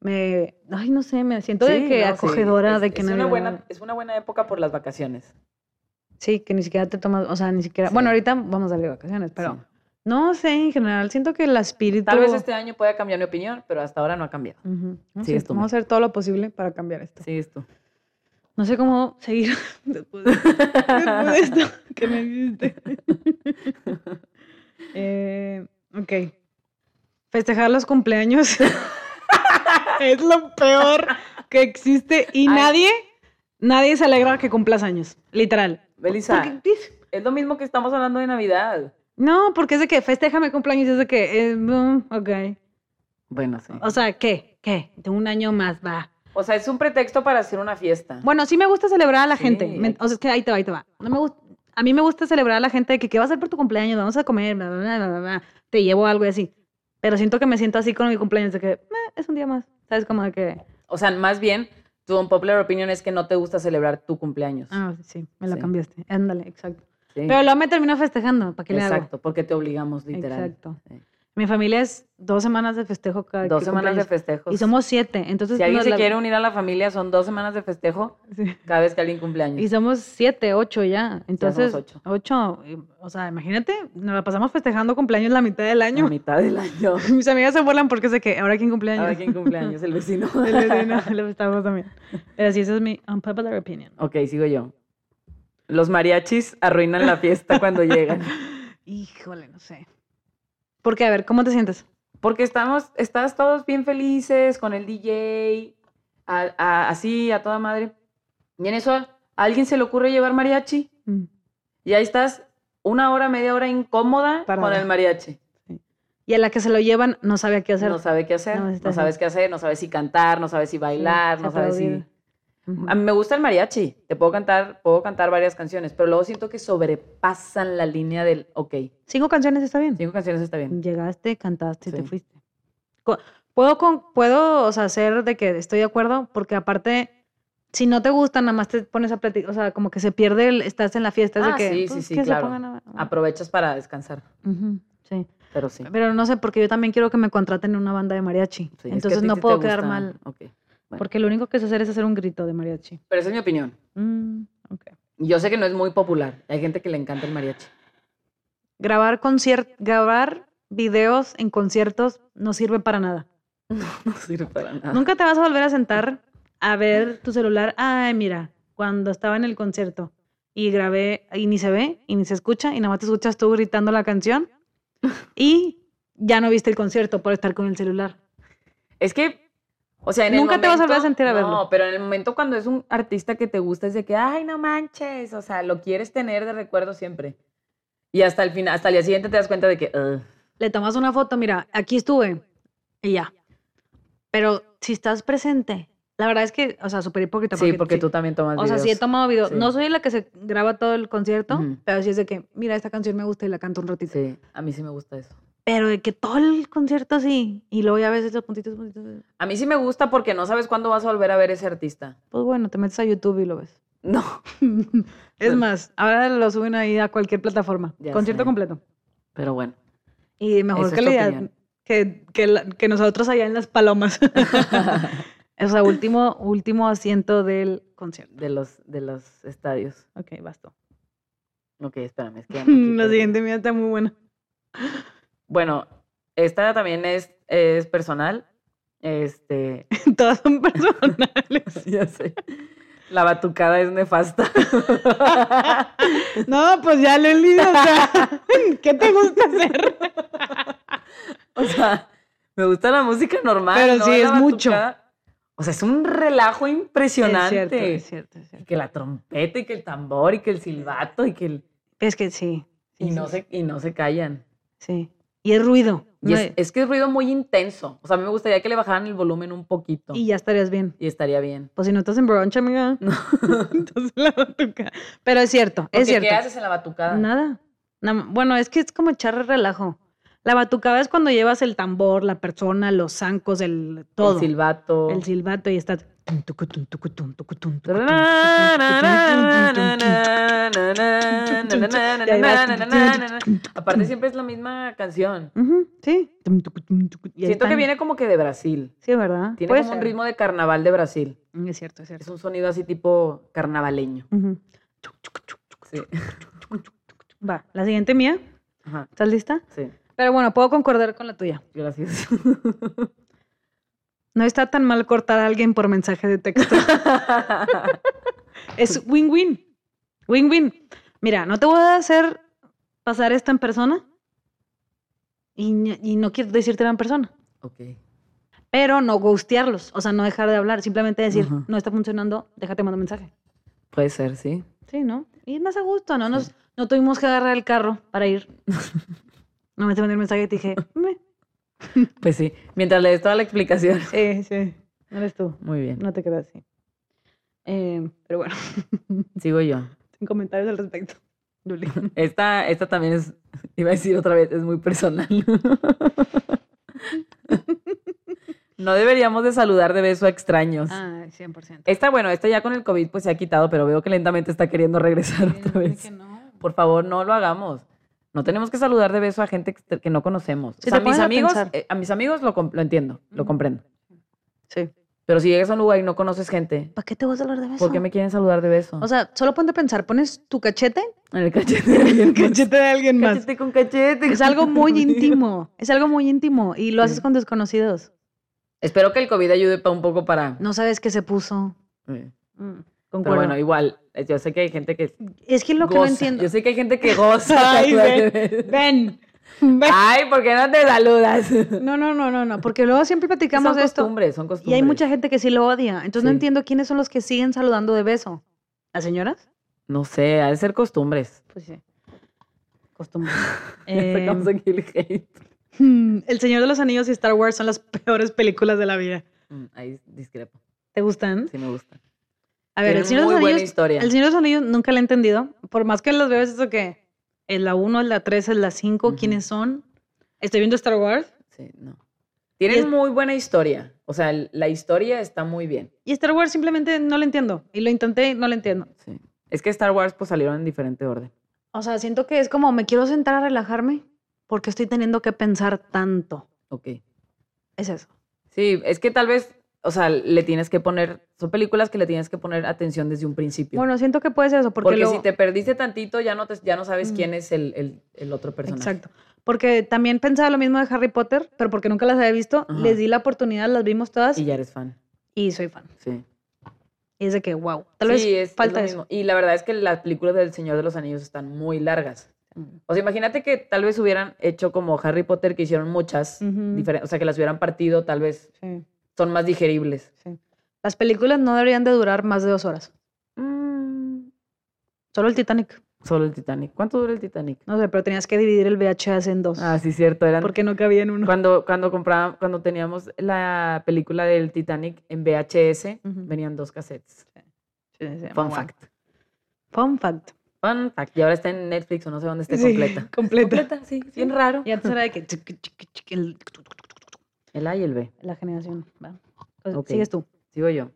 S2: me, ay, no sé, me siento
S1: Sí,
S2: de que
S1: no, sí,
S2: acogedora,
S1: es-
S2: de que
S1: es una,
S2: Navidad-
S1: buena, es una buena época por las vacaciones.
S2: Sí, que ni siquiera te tomas, o sea, ni siquiera,
S1: Sí.
S2: bueno, ahorita vamos a ir de vacaciones, pero
S1: Sí.
S2: no sé, en general, siento que el espíritu...
S1: Tal vez este año pueda cambiar mi opinión, pero hasta ahora no ha cambiado.
S2: Ujú. No
S1: Sigues
S2: sé,
S1: tú,
S2: vamos a hacer todo lo posible para cambiar esto.
S1: Sí, esto.
S2: No sé cómo seguir después de, después de esto que me hiciste. Eh, ok. Festejar los cumpleaños es lo peor que existe y
S1: Ay.
S2: nadie, nadie se alegra que cumplas años, literal.
S1: Melissa,
S2: Porque- dif-
S1: es lo mismo que estamos hablando de Navidad.
S2: no, porque es de que festejame cumpleaños, es de que, eh, mm, ok.
S1: Bueno, sí.
S2: O sea, ¿qué? ¿Qué? De un año más va.
S1: O sea, es un pretexto para hacer una fiesta.
S2: Bueno, sí me gusta celebrar a la
S1: Sí,
S2: gente.
S1: hay
S2: Me-
S1: que-
S2: o sea, es que ahí te va, ahí te va. No me gust- a mí me gusta celebrar a la gente de que qué vas a hacer por tu cumpleaños, vamos a comer, bla, bla, bla, bla, bla, bla. te llevo algo y así. Pero siento que me siento así con mi cumpleaños, de que "Meh, es un día más. ¿Sabes? Como de que.
S1: O sea, más bien, tu unpopular opinion es que no te gusta celebrar tu cumpleaños.
S2: Ah, sí, sí, me lo
S1: Sí.
S2: cambiaste. Ándale, exacto.
S1: Sí.
S2: Pero luego me termino festejando, ¿para qué le hago?
S1: Exacto, porque te obligamos, literal.
S2: Exacto.
S1: Sí.
S2: Mi familia es dos semanas de festejo cada
S1: Dos
S2: que
S1: semanas de
S2: cumpleaños.
S1: festejos.
S2: Y somos siete, entonces.
S1: si alguien
S2: nos
S1: se
S2: la-
S1: quiere unir a la familia, son dos semanas de festejo
S2: Sí.
S1: cada vez que alguien cumpleaños.
S2: Y somos siete, ocho ya. Entonces,
S1: ocho.
S2: ocho. eh, O sea, imagínate, nos la pasamos festejando cumpleaños la mitad del año.
S1: A mitad del año.
S2: Mis amigas se vuelan porque sé que ahora quién cumpleaños.
S1: Ahora quién cumpleaños, el vecino.
S2: El vecino, le estamos también. Pero sí, esa es mi unpopular opinion.
S1: ok, sigo yo. Los mariachis arruinan la fiesta cuando llegan.
S2: Híjole, no sé. Porque, a ver, ¿cómo te sientes?
S1: Porque estamos, estás todos bien felices con el DJ, a- a- así, a toda madre. Y en eso a alguien se le ocurre llevar mariachi.
S2: Mm.
S1: Y ahí estás una hora, media hora incómoda
S2: Parada.
S1: con el mariachi.
S2: Y a la que se lo llevan no sabe qué hacer.
S1: No sabe qué hacer,
S2: No,
S1: no,
S2: está
S1: sabes qué hacer, no sabes si cantar, no sabes si bailar,
S2: se
S1: no sabes si...
S2: aplaudida. Ujú.
S1: A mí me gusta el mariachi, te puedo cantar, puedo cantar varias canciones, pero luego siento que sobrepasan la línea del, ok,
S2: Cinco canciones está bien.
S1: cinco canciones está bien.
S2: Llegaste, cantaste y te
S1: Sí.
S2: fuiste. Co- Puedo, con, puedo o sea, hacer de que estoy de acuerdo, porque aparte, si no te gusta, nada más te pones a platicar, o sea, como que se pierde, el, estás en la fiesta, es de
S1: Ah,
S2: que,
S1: sí, sí,
S2: pues,
S1: sí,
S2: que se
S1: claro.
S2: pongan a- a-
S1: Aprovechas para descansar,
S2: Ujú, sí.
S1: pero sí.
S2: Pero no sé, porque yo también quiero que me contraten en una banda de mariachi.
S1: sí, es que a
S2: Entonces
S1: ti
S2: no
S1: sí te
S2: puedo quedar
S1: gusta,
S2: mal,
S1: ok. bueno.
S2: porque lo único que sé hacer es hacer un grito de mariachi.
S1: Pero esa es mi opinión.
S2: Mm, ok.
S1: Yo sé que no es muy popular, hay gente que le encanta el mariachi.
S2: Grabar concier- grabar videos en conciertos no sirve para nada.
S1: No sirve para nada.
S2: Nunca te vas a volver a sentar a ver tu celular. Ay, mira, cuando estaba en el concierto y grabé y ni se ve y ni se escucha y nada más te escuchas tú gritando la canción y ya no viste el concierto por estar con el celular.
S1: Es que, o sea, en
S2: Nunca
S1: el
S2: te vas a volver a
S1: momento-
S2: sentir a verlo.
S1: No, pero en el momento cuando es un artista que te gusta es de que, ay, no manches, o sea, lo quieres tener de recuerdo siempre. Y hasta el final, hasta el día siguiente te das cuenta de que, "Ugh".
S2: Le tomas una foto, mira, aquí estuve y ya. Pero si estás presente, la verdad es que, o sea, súper hipócrita.
S1: sí, porque tú también tomas
S2: O sea, sí he
S1: videos.
S2: tomado video.
S1: Sí.
S2: No soy la que se graba todo el concierto,
S1: Ujú.
S2: pero sí es de que, mira, esta canción me gusta y la canto un ratito.
S1: Sí, a mí sí me gusta eso.
S2: Pero de que todo el concierto sí. Y luego ya ves los puntitos, puntitos.
S1: A mí sí me gusta porque no sabes cuándo vas a volver a ver ese artista.
S2: Pues bueno, te metes a YouTube y lo ves.
S1: No.
S2: es más, ahora lo suben ahí a cualquier plataforma.
S1: Ya
S2: concierto
S1: sé.
S2: completo.
S1: Pero bueno.
S2: Y mejor
S1: Esa es tu
S2: calidad
S1: opinión.
S2: que, que, la- que nosotros allá en Las Palomas. o sea, último, último asiento del concierto.
S1: De los, de los estadios.
S2: Ok, basta.
S1: Ok, espérame, es que ando aquí
S2: la
S1: perdida.
S2: siguiente mía está muy buena.
S1: Bueno, esta también es, es personal. Este,
S2: Todas son personales.
S1: ya sé. La batucada es nefasta.
S2: No, pues ya, Leli, o sea, ¿qué te gusta hacer?
S1: O sea, me gusta la música normal.
S2: Pero
S1: ¿no?
S2: sí,
S1: La
S2: es mucho.
S1: batucada. O sea, es un relajo impresionante.
S2: Es cierto, es cierto, es
S1: Y
S2: cierto.
S1: Que la trompeta y que el tambor y que el silbato y que el...
S2: Es que sí. sí,
S1: Y no,
S2: sí,
S1: se, y no se callan.
S2: Sí. Y es ruido.
S1: Y
S2: no
S1: es,
S2: es-
S1: es que es ruido muy intenso. O sea, a mí me gustaría que le bajaran el volumen un poquito.
S2: y
S1: Y,
S2: ya estarías bien.
S1: estaría bien.
S2: Pues si no estás en brunch, amiga. Entonces la batuca. Pero es cierto, es
S1: Porque,
S2: cierto.
S1: ¿Qué haces en la batucada?
S2: Nada. Nada- Bueno, es que es como echar relajo. La batucada es cuando llevas el tambor, la persona, los zancos, el todo.
S1: El silbato.
S2: El silbato y está.
S1: Aparte siempre es la misma canción.
S2: Ujú, sí. Y ahí
S1: Siento que
S2: están.
S1: viene como que de Brasil.
S2: Sí, ¿verdad?
S1: Tiene
S2: Puede
S1: como un
S2: ser.
S1: ritmo de carnaval de Brasil.
S2: Mm, Es cierto, es
S1: Es
S2: cierto.
S1: un sonido así tipo carnavaleño.
S2: Ujú.
S1: Sí.
S2: Va, la siguiente mía.
S1: Ajá,
S2: ¿Estás lista?
S1: sí.
S2: Pero bueno, puedo concordar con la tuya.
S1: Gracias.
S2: No está tan mal cortar a alguien por mensaje de texto. es win-win. Win-win. Mira, no te voy a hacer pasar esto en persona. Y, ni- y no quiero decírtelo en persona.
S1: ok.
S2: Pero no ghostearlos. O sea, no dejar de hablar. Simplemente decir,
S1: Ajá.
S2: no está funcionando, déjate mandar mensaje.
S1: Puede ser, sí.
S2: Sí, ¿no? Y más a gusto, ¿no? Nos, no tuvimos que agarrar el carro para ir. No me te mandé el mensaje y te dije, "Meh".
S1: Pues sí. Mientras le des toda la explicación.
S2: sí, sí, no eres tú,
S1: Muy bien.
S2: no te quedas así. Eh, pero bueno,
S1: Sigo yo.
S2: sin comentarios al respecto. Luli.
S1: Esta, esta también es, iba a decir otra vez, es muy personal. No deberíamos de saludar de beso a extraños.
S2: Ay, 100%.
S1: Esta, bueno, esta ya con el COVID pues se ha quitado, pero veo que lentamente está queriendo regresar otra vez. Por favor, no lo hagamos. No tenemos que saludar de beso a gente que que no conocemos.
S2: Si
S1: O sea, a
S2: te
S1: mis
S2: pones a
S1: amigos,
S2: pensar.
S1: eh, a mis amigos lo, com- lo entiendo, lo
S2: Ujú.
S1: comprendo.
S2: Sí.
S1: Pero si llegas a un lugar y no conoces gente,
S2: ¿Para qué te vas a hablar de beso?
S1: ¿por qué me quieren saludar de beso?
S2: O sea, solo ponte a pensar, pones tu cachete.
S1: en el cachete. de alguien más.
S2: de alguien
S1: Cachete con cachete.
S2: Pues, Es algo muy
S1: amigo.
S2: íntimo. Es algo muy íntimo. Y lo haces
S1: Sí.
S2: con desconocidos.
S1: Espero que el COVID ayude pa- un poco para...
S2: No sabes qué se puso.
S1: Eh,
S2: Mm,
S1: Pero
S2: concuerdo.
S1: bueno, igual, eh, yo sé que hay gente que
S2: es que es lo que no
S1: goza.
S2: entiendo.
S1: Yo sé que hay gente que goza.
S2: Ay,
S1: Ay,
S2: Ven. Ven.
S1: ¿por qué no te saludas?
S2: Ah. No, no, no, no, no, porque luego siempre platicamos
S1: Son
S2: de esto
S1: costumbres, son costumbres.
S2: y hay mucha gente que sí lo odia. Entonces no
S1: Sí.
S2: entiendo quiénes son los que siguen saludando de beso. ¿Las señoras?
S1: No sé, ha de ser costumbres.
S2: Pues sí. Costumbre.
S1: Le
S2: Em,
S1: sacamos aquí el hate.
S2: Hmm, El Señor de los Anillos y Star Wars son las peores películas de la vida.
S1: Mm, ahí discrepo.
S2: ¿Te gustan?
S1: Sí me gusta.
S2: A ver,
S1: Tiene
S2: El Señor de
S1: muy
S2: los
S1: buena
S2: Anillos.
S1: historia.
S2: El Señor de los Anillos nunca la he entendido. Por más que las veo, es eso que es la 1, es la 3, es la 5,
S1: Ujú.
S2: ¿quiénes son? Estoy viendo Star Wars.
S1: Sí, no.
S2: es-
S1: Tienen muy buena historia. O sea, el- la historia está muy bien.
S2: Y Star Wars simplemente no la entiendo. Y lo intenté, no la entiendo.
S1: Sí. Es que Star Wars pues salieron en diferente orden.
S2: O sea, siento que es como me quiero sentar a relajarme porque estoy teniendo que pensar tanto.
S1: Ok.
S2: Es eso.
S1: Sí, es que tal vez, o sea, le tienes que poner, son películas que le tienes que poner atención desde un principio.
S2: Bueno, siento que puede ser eso porque,
S1: porque
S2: luego-
S1: si te perdiste tantito, ya no, te, ya no sabes
S2: Mm.
S1: quién es el, el- el otro personaje.
S2: Exacto. Porque también pensaba lo mismo de Harry Potter, pero porque nunca las había visto,
S1: Ajá.
S2: les di la oportunidad, las vimos todas
S1: Y
S2: y,
S1: ya eres fan.
S2: soy fan.
S1: Sí.
S2: Y es de que, wow, tal vez
S1: Sí, es- es
S2: falta
S1: lo
S2: eso.
S1: mismo. Y la verdad es que las películas del Señor de los Anillos están muy largas. O sea, imagínate que tal vez hubieran hecho como Harry Potter, que hicieron muchas,
S2: Ujú.
S1: diferen- o sea, que las hubieran partido, tal vez
S2: Sí,
S1: son más digeribles.
S2: sí. Las películas no deberían de durar más de dos horas. Mm. Solo el Titanic.
S1: Solo el Titanic. ¿Cuánto dura el Titanic?
S2: No sé, pero tenías que dividir el VHS en dos.
S1: Ah, sí, cierto. Eran
S2: Porque no cabía en uno.
S1: Cuando, cuando comprábamos, cuando teníamos la película del Titanic en VHS,
S2: Ujú.
S1: venían dos cassettes.
S2: Sí, sí,
S1: Fun
S2: wow.
S1: fact.
S2: Fun fact.
S1: Fun fact. Y ahora está en Netflix o no sé dónde esté
S2: Sí,
S1: Este completa.
S2: completa.
S1: Completa, sí. es Bien raro.
S2: Y antes era de que chiqui, chiqui, chiqui, el-
S1: El A y el B.
S2: la generación. va. Pues,
S1: Ok.
S2: Sigues tú.
S1: Sigo yo.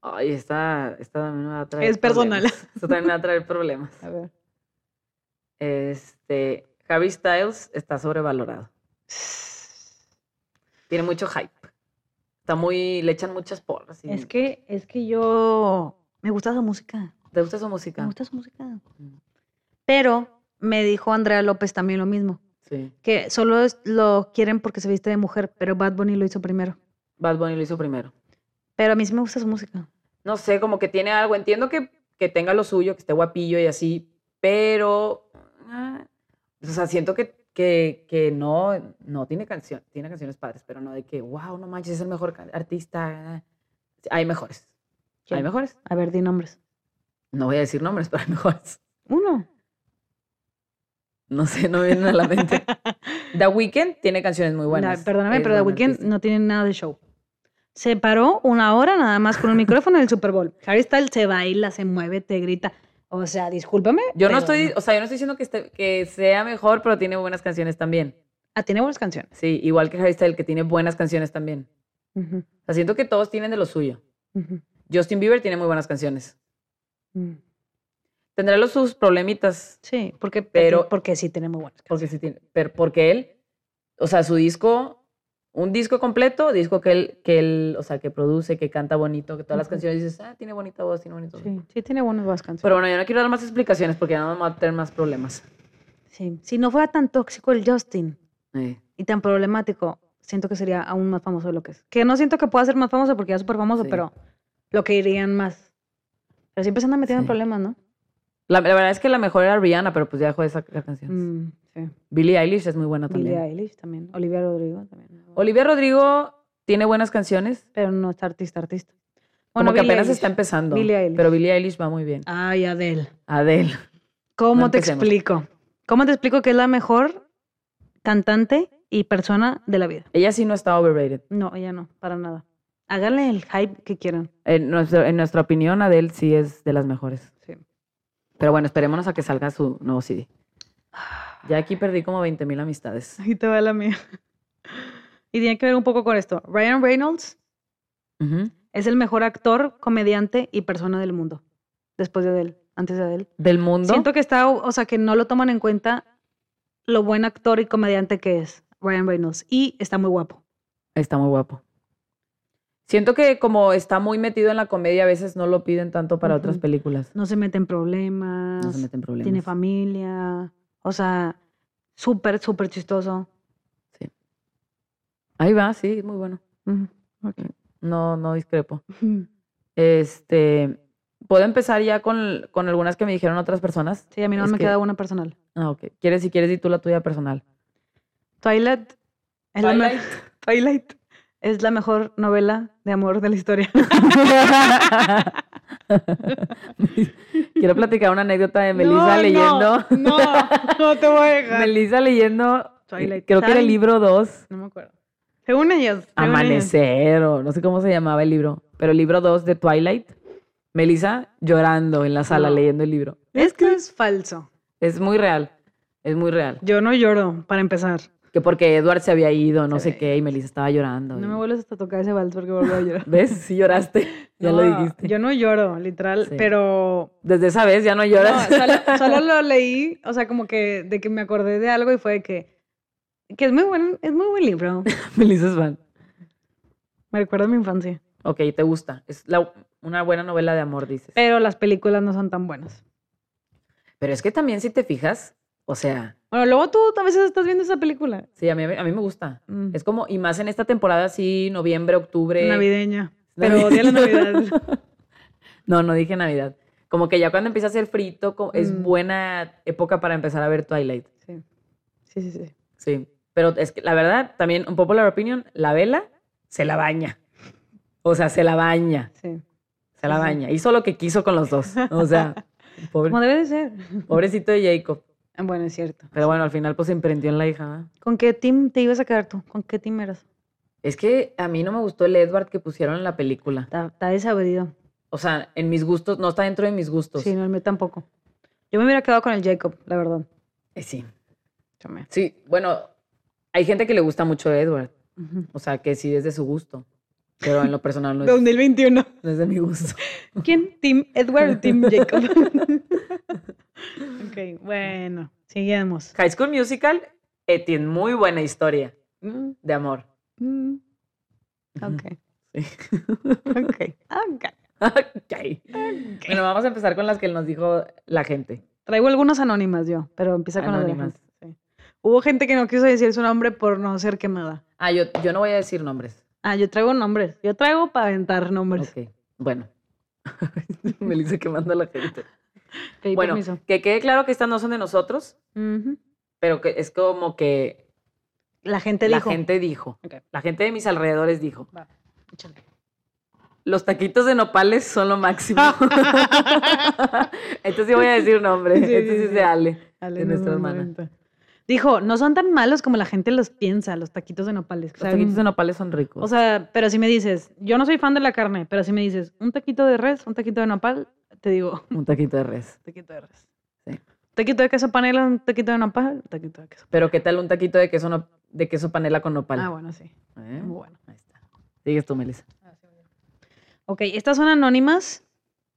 S1: Ay, esta, esta también me va a traer
S2: Es personal.
S1: problemas. Esta también me va a traer problemas.
S2: A ver.
S1: Este, Harry Styles está sobrevalorado. Tiene mucho hype. Está muy, le echan muchas porras. y-
S2: Es que, es que yo me gusta esa música.
S1: ¿Te gusta su
S2: Me
S1: música?
S2: gusta su música.
S1: Mm.
S2: Pero me dijo Andrea López también lo mismo.
S1: Sí.
S2: Que solo es- lo quieren porque se viste de mujer, pero Bad Bunny lo hizo primero.
S1: Bad Bunny lo hizo primero.
S2: Pero a mí sí me gusta su música.
S1: no sé, como que tiene algo. Entiendo que, que tenga lo suyo, que esté guapillo y así, pero. ah, o sea, siento que, que, que no, no tiene canción, tiene canciones padres, pero no de que, wow, no manches, es el mejor can- artista. Hay mejores.
S2: ¿Quién?
S1: Hay mejores.
S2: A ver, di nombres.
S1: No voy a decir nombres, pero hay mejores.
S2: Uno.
S1: No sé, no me vienen a la mente. The Weeknd tiene canciones muy buenas.
S2: La- perdóname,
S1: es
S2: pero The
S1: buen
S2: Weeknd
S1: artista.
S2: no tiene nada de show. Se paró una hora nada más con un micrófono en el Super Bowl. Harry Styles se baila, se mueve, te grita. O sea, discúlpame.
S1: Yo no
S2: pero
S1: estoy, o sea, yo no estoy diciendo que, esté- que sea mejor, pero tiene buenas canciones también.
S2: Ah, tiene buenas canciones.
S1: Sí, igual que Harry Styles, que tiene buenas canciones también.
S2: Ujú,
S1: O sea, siento que todos tienen de lo suyo.
S2: ujú,
S1: Justin Bieber tiene muy buenas canciones.
S2: mm.
S1: Tendrá los sus problemitas,
S2: Sí, porque, pero,
S1: Pero-
S2: porque sí tiene muy buenas
S1: porque, sí tiene, pero porque él, o sea, su disco, un disco completo, disco que él, que él o sea, que produce, que canta bonito, que todas las
S2: Ujú.
S1: canciones dices, ah, tiene bonita voz, tiene bonito.
S2: canciones. Sí, sí tiene buenas, buenas canciones.
S1: Pero bueno, yo no quiero dar más explicaciones porque ya no vamos a tener más problemas.
S2: Sí. Si no fuera tan tóxico el Justin
S1: Eh,
S2: y tan problemático, siento que sería aún más famoso de lo que es. Que no siento que pueda ser más famoso porque ya es súper famoso,
S1: Sí.
S2: pero lo que irían más. Pero siempre se andan metiendo en
S1: Sí.
S2: problemas, ¿no?
S1: La, la verdad es que la mejor era Rihanna, pero pues ya dejó de sacar canciones.
S2: Mm, sí.
S1: Billie Eilish es muy buena
S2: Billie
S1: también.
S2: Eilish también. Olivia Rodrigo también.
S1: Olivia Rodrigo tiene buenas canciones,
S2: Pero no está artista, artista.
S1: como que
S2: Billie
S1: apenas
S2: Eilish.
S1: está empezando.
S2: Billie Eilish.
S1: Pero Billie Eilish va muy bien.
S2: Ay, Adele.
S1: Adele.
S2: ¿Cómo
S1: No
S2: te
S1: empecemos.
S2: explico? ¿Cómo te explico que es la mejor cantante y persona de la vida?
S1: Ella sí no está overrated.
S2: No, ella no, para nada. Háganle el hype que quieran.
S1: En, nuestro- en nuestra opinión, Adele sí es de las mejores.
S2: Sí.
S1: Pero bueno, esperémonos a que salga su nuevo CD. Ya aquí perdí como 20 mil amistades.
S2: Ahí te va la mía. Y tiene que ver un poco con esto. Ryan Reynolds
S1: Ujú.
S2: es el mejor actor, comediante y persona del mundo. Después de Adele, antes de Adele.
S1: Del mundo.
S2: Siento que está, o sea, que no lo toman en cuenta lo buen actor y comediante que es Ryan Reynolds. Y está muy guapo.
S1: Está muy guapo. Siento que como está muy metido en la comedia, a veces no lo piden tanto para otras
S2: Ujú.
S1: películas.
S2: No se mete en problemas.
S1: No se meten problemas.
S2: Tiene familia. O sea, súper, súper chistoso.
S1: Ahí va, sí, muy bueno.
S2: Ujú.
S1: No, no discrepo.
S2: Ujú.
S1: Este, ¿puedo empezar ya con, con algunas que me dijeron otras personas?
S2: Sí, a mí no
S1: Es
S2: me
S1: que-
S2: queda una personal.
S1: Ah, ok. ¿Quieres, si quieres, y tú la tuya personal?
S2: Twilight es, la me-
S1: Twilight.
S2: Twilight es la mejor novela de amor de la historia.
S1: Quiero platicar una anécdota de Melissa
S2: No,
S1: leyendo.
S2: No, no, no te voy a dejar.
S1: Melissa leyendo eh,
S2: Twilight.
S1: Creo que era el
S2: Twilight,
S1: libro 2,
S2: No me acuerdo. Según ellos. según ellos.
S1: Amanecer, o no sé cómo se llamaba el libro, pero el libro 2 de Twilight, Melissa llorando en la sala
S2: No.
S1: leyendo el libro.
S2: Esto es falso.
S1: Es muy real, es muy real.
S2: Yo no lloro, para empezar.
S1: Que porque Edward se había ido, no
S2: Se
S1: sé
S2: había
S1: qué, y Melissa estaba llorando.
S2: No
S1: y-
S2: me vuelves hasta tocar ese vals porque vuelvo a llorar.
S1: ¿Ves? Sí lloraste, ya lo
S2: No,
S1: dijiste.
S2: Yo no lloro, literal,
S1: Sí.
S2: pero
S1: Desde esa vez ya no
S2: No,
S1: lloras.
S2: solo, solo lo leí, o sea, como que de que me acordé de algo y fue de que que es muy buen, es muy buen libro.
S1: Melissa es fan.
S2: Me recuerda a mi infancia,
S1: Ok, te gusta. Es la- una buena novela de amor, dices.
S2: pero las películas no son tan buenas.
S1: Pero es que también si te fijas, o sea,
S2: Bueno, luego tú a veces estás viendo esa película.
S1: sí, a mí, a mí me gusta.
S2: Mm,
S1: Es como, y más en esta temporada, así, noviembre, octubre.
S2: navideña,
S1: Este, Navi-
S2: pero odia la Navidad.
S1: No, no dije Navidad. Como que ya cuando empieza a hacer frito, co- es
S2: Mm.
S1: buena época para empezar a ver Twilight.
S2: Sí. Sí, sí, sí.
S1: Sí. Pero es que la verdad, también, un popular opinion, la vela se la baña. O sea, se la baña.
S2: sí.
S1: Se la
S2: Sí, sí.
S1: baña. Hizo lo que quiso con los dos. O sea, pobre-
S2: Como debe de ser.
S1: pobrecito de Jacob.
S2: Ah, Bueno, es cierto.
S1: Pero bueno, al final pues se emprendió en la hija. ¿verdad?
S2: ¿Con qué team te ibas a quedar tú? ¿Con qué team eras?
S1: Es que a mí no me gustó el Edward que pusieron en la película.
S2: Está, está desabrido.
S1: O sea, en mis gustos, no está dentro de mis gustos.
S2: Sí, no, el mío tampoco. Yo me hubiera quedado con el Jacob, la verdad.
S1: Eh, sí.
S2: Chame.
S1: Sí, bueno, hay gente que le gusta mucho Edward.
S2: Ujú.
S1: O sea, que sí es de su gusto. Pero en lo personal no es,
S2: 2021.
S1: no es de mi gusto.
S2: ¿Quién? ¿Team Edward o Team Jacob? ok, bueno, sigamos.
S1: High School Musical eh, tiene muy buena historia
S2: Mm,
S1: de amor.
S2: mm, Ok,
S1: Sí.
S2: ok, ok.
S1: Ok. Bueno, vamos a empezar con las que nos dijo la gente.
S2: Traigo algunos anónimas yo, pero empieza con
S1: Anónimas.
S2: anónimas. Hubo gente que no quiso decir su nombre por no ser quemada.
S1: Ah, yo, yo no voy a decir nombres.
S2: Ah, yo traigo nombres. Yo traigo para aventar nombres.
S1: Ok, bueno. Melissa quemando a la gente.
S2: Ok,
S1: bueno,
S2: permiso.
S1: que quede claro que estas no son de nosotros,
S2: Ujú.
S1: pero que es como que
S2: La gente
S1: la
S2: dijo.
S1: gente dijo.
S2: Ok.
S1: La gente de mis alrededores dijo.
S2: Va, échale.
S1: Los taquitos de nopales son lo máximo. Esto sí voy a decir nombre.
S2: Ah. Sí,
S1: Esto
S2: sí,
S1: sí es
S2: sí.
S1: de Ale.
S2: Dale,
S1: De
S2: nos
S1: nuestra
S2: vamos a
S1: hermana.
S2: aventar. Dijo, no son tan malos como la gente los piensa, los taquitos de nopales.
S1: Los
S2: Saben
S1: taquitos de nopales son ricos.
S2: O sea, pero si me dices, yo no soy fan de la carne, pero si me dices un taquito de res, un taquito de nopal, te digo,
S1: un taquito de res.
S2: taquito de res.
S1: Sí.
S2: Taquito de queso panela, un taquito de nopal, un taquito de queso.
S1: Pero ¿qué tal un taquito de queso, no- de queso panela con nopal?
S2: Ah, bueno, sí.
S1: ¿Eh?
S2: Muy bueno.
S1: Ahí está. Sigues tú, Melissa.
S2: Ok, estas son anónimas.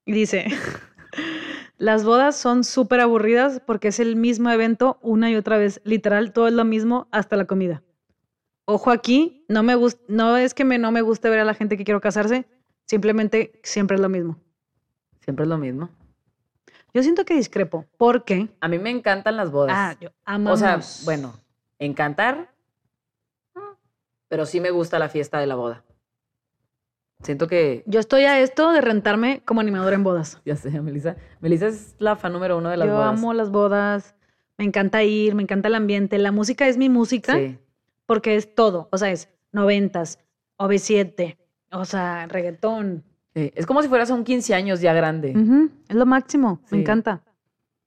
S2: Y dice, las bodas son súper aburridas porque es el mismo evento una y otra vez. Literal, todo es lo mismo hasta la comida. Ojo aquí, no, me gust- no es que me, no me guste ver a la gente que quiero casarse, simplemente siempre es lo mismo.
S1: Siempre es lo mismo.
S2: Yo siento que discrepo, porque...
S1: A mí me encantan las bodas.
S2: Ah, yo
S1: o
S2: amamos.
S1: sea, bueno, encantar, mm, pero sí me gusta la fiesta de la boda. Siento que,
S2: Yo estoy a esto de rentarme como animadora en bodas.
S1: ya sé, Melissa. Melissa es la fan número uno de las
S2: Yo
S1: bodas.
S2: amo las bodas, me encanta ir, me encanta el ambiente. La música es mi música
S1: Sí.
S2: porque es todo. O sea, es noventas, OV7, o sea, reggaetón.
S1: Sí, Eh, Es como si fueras a un 15 años ya grande.
S2: Ujú, Es lo máximo,
S1: Sí.
S2: me encanta.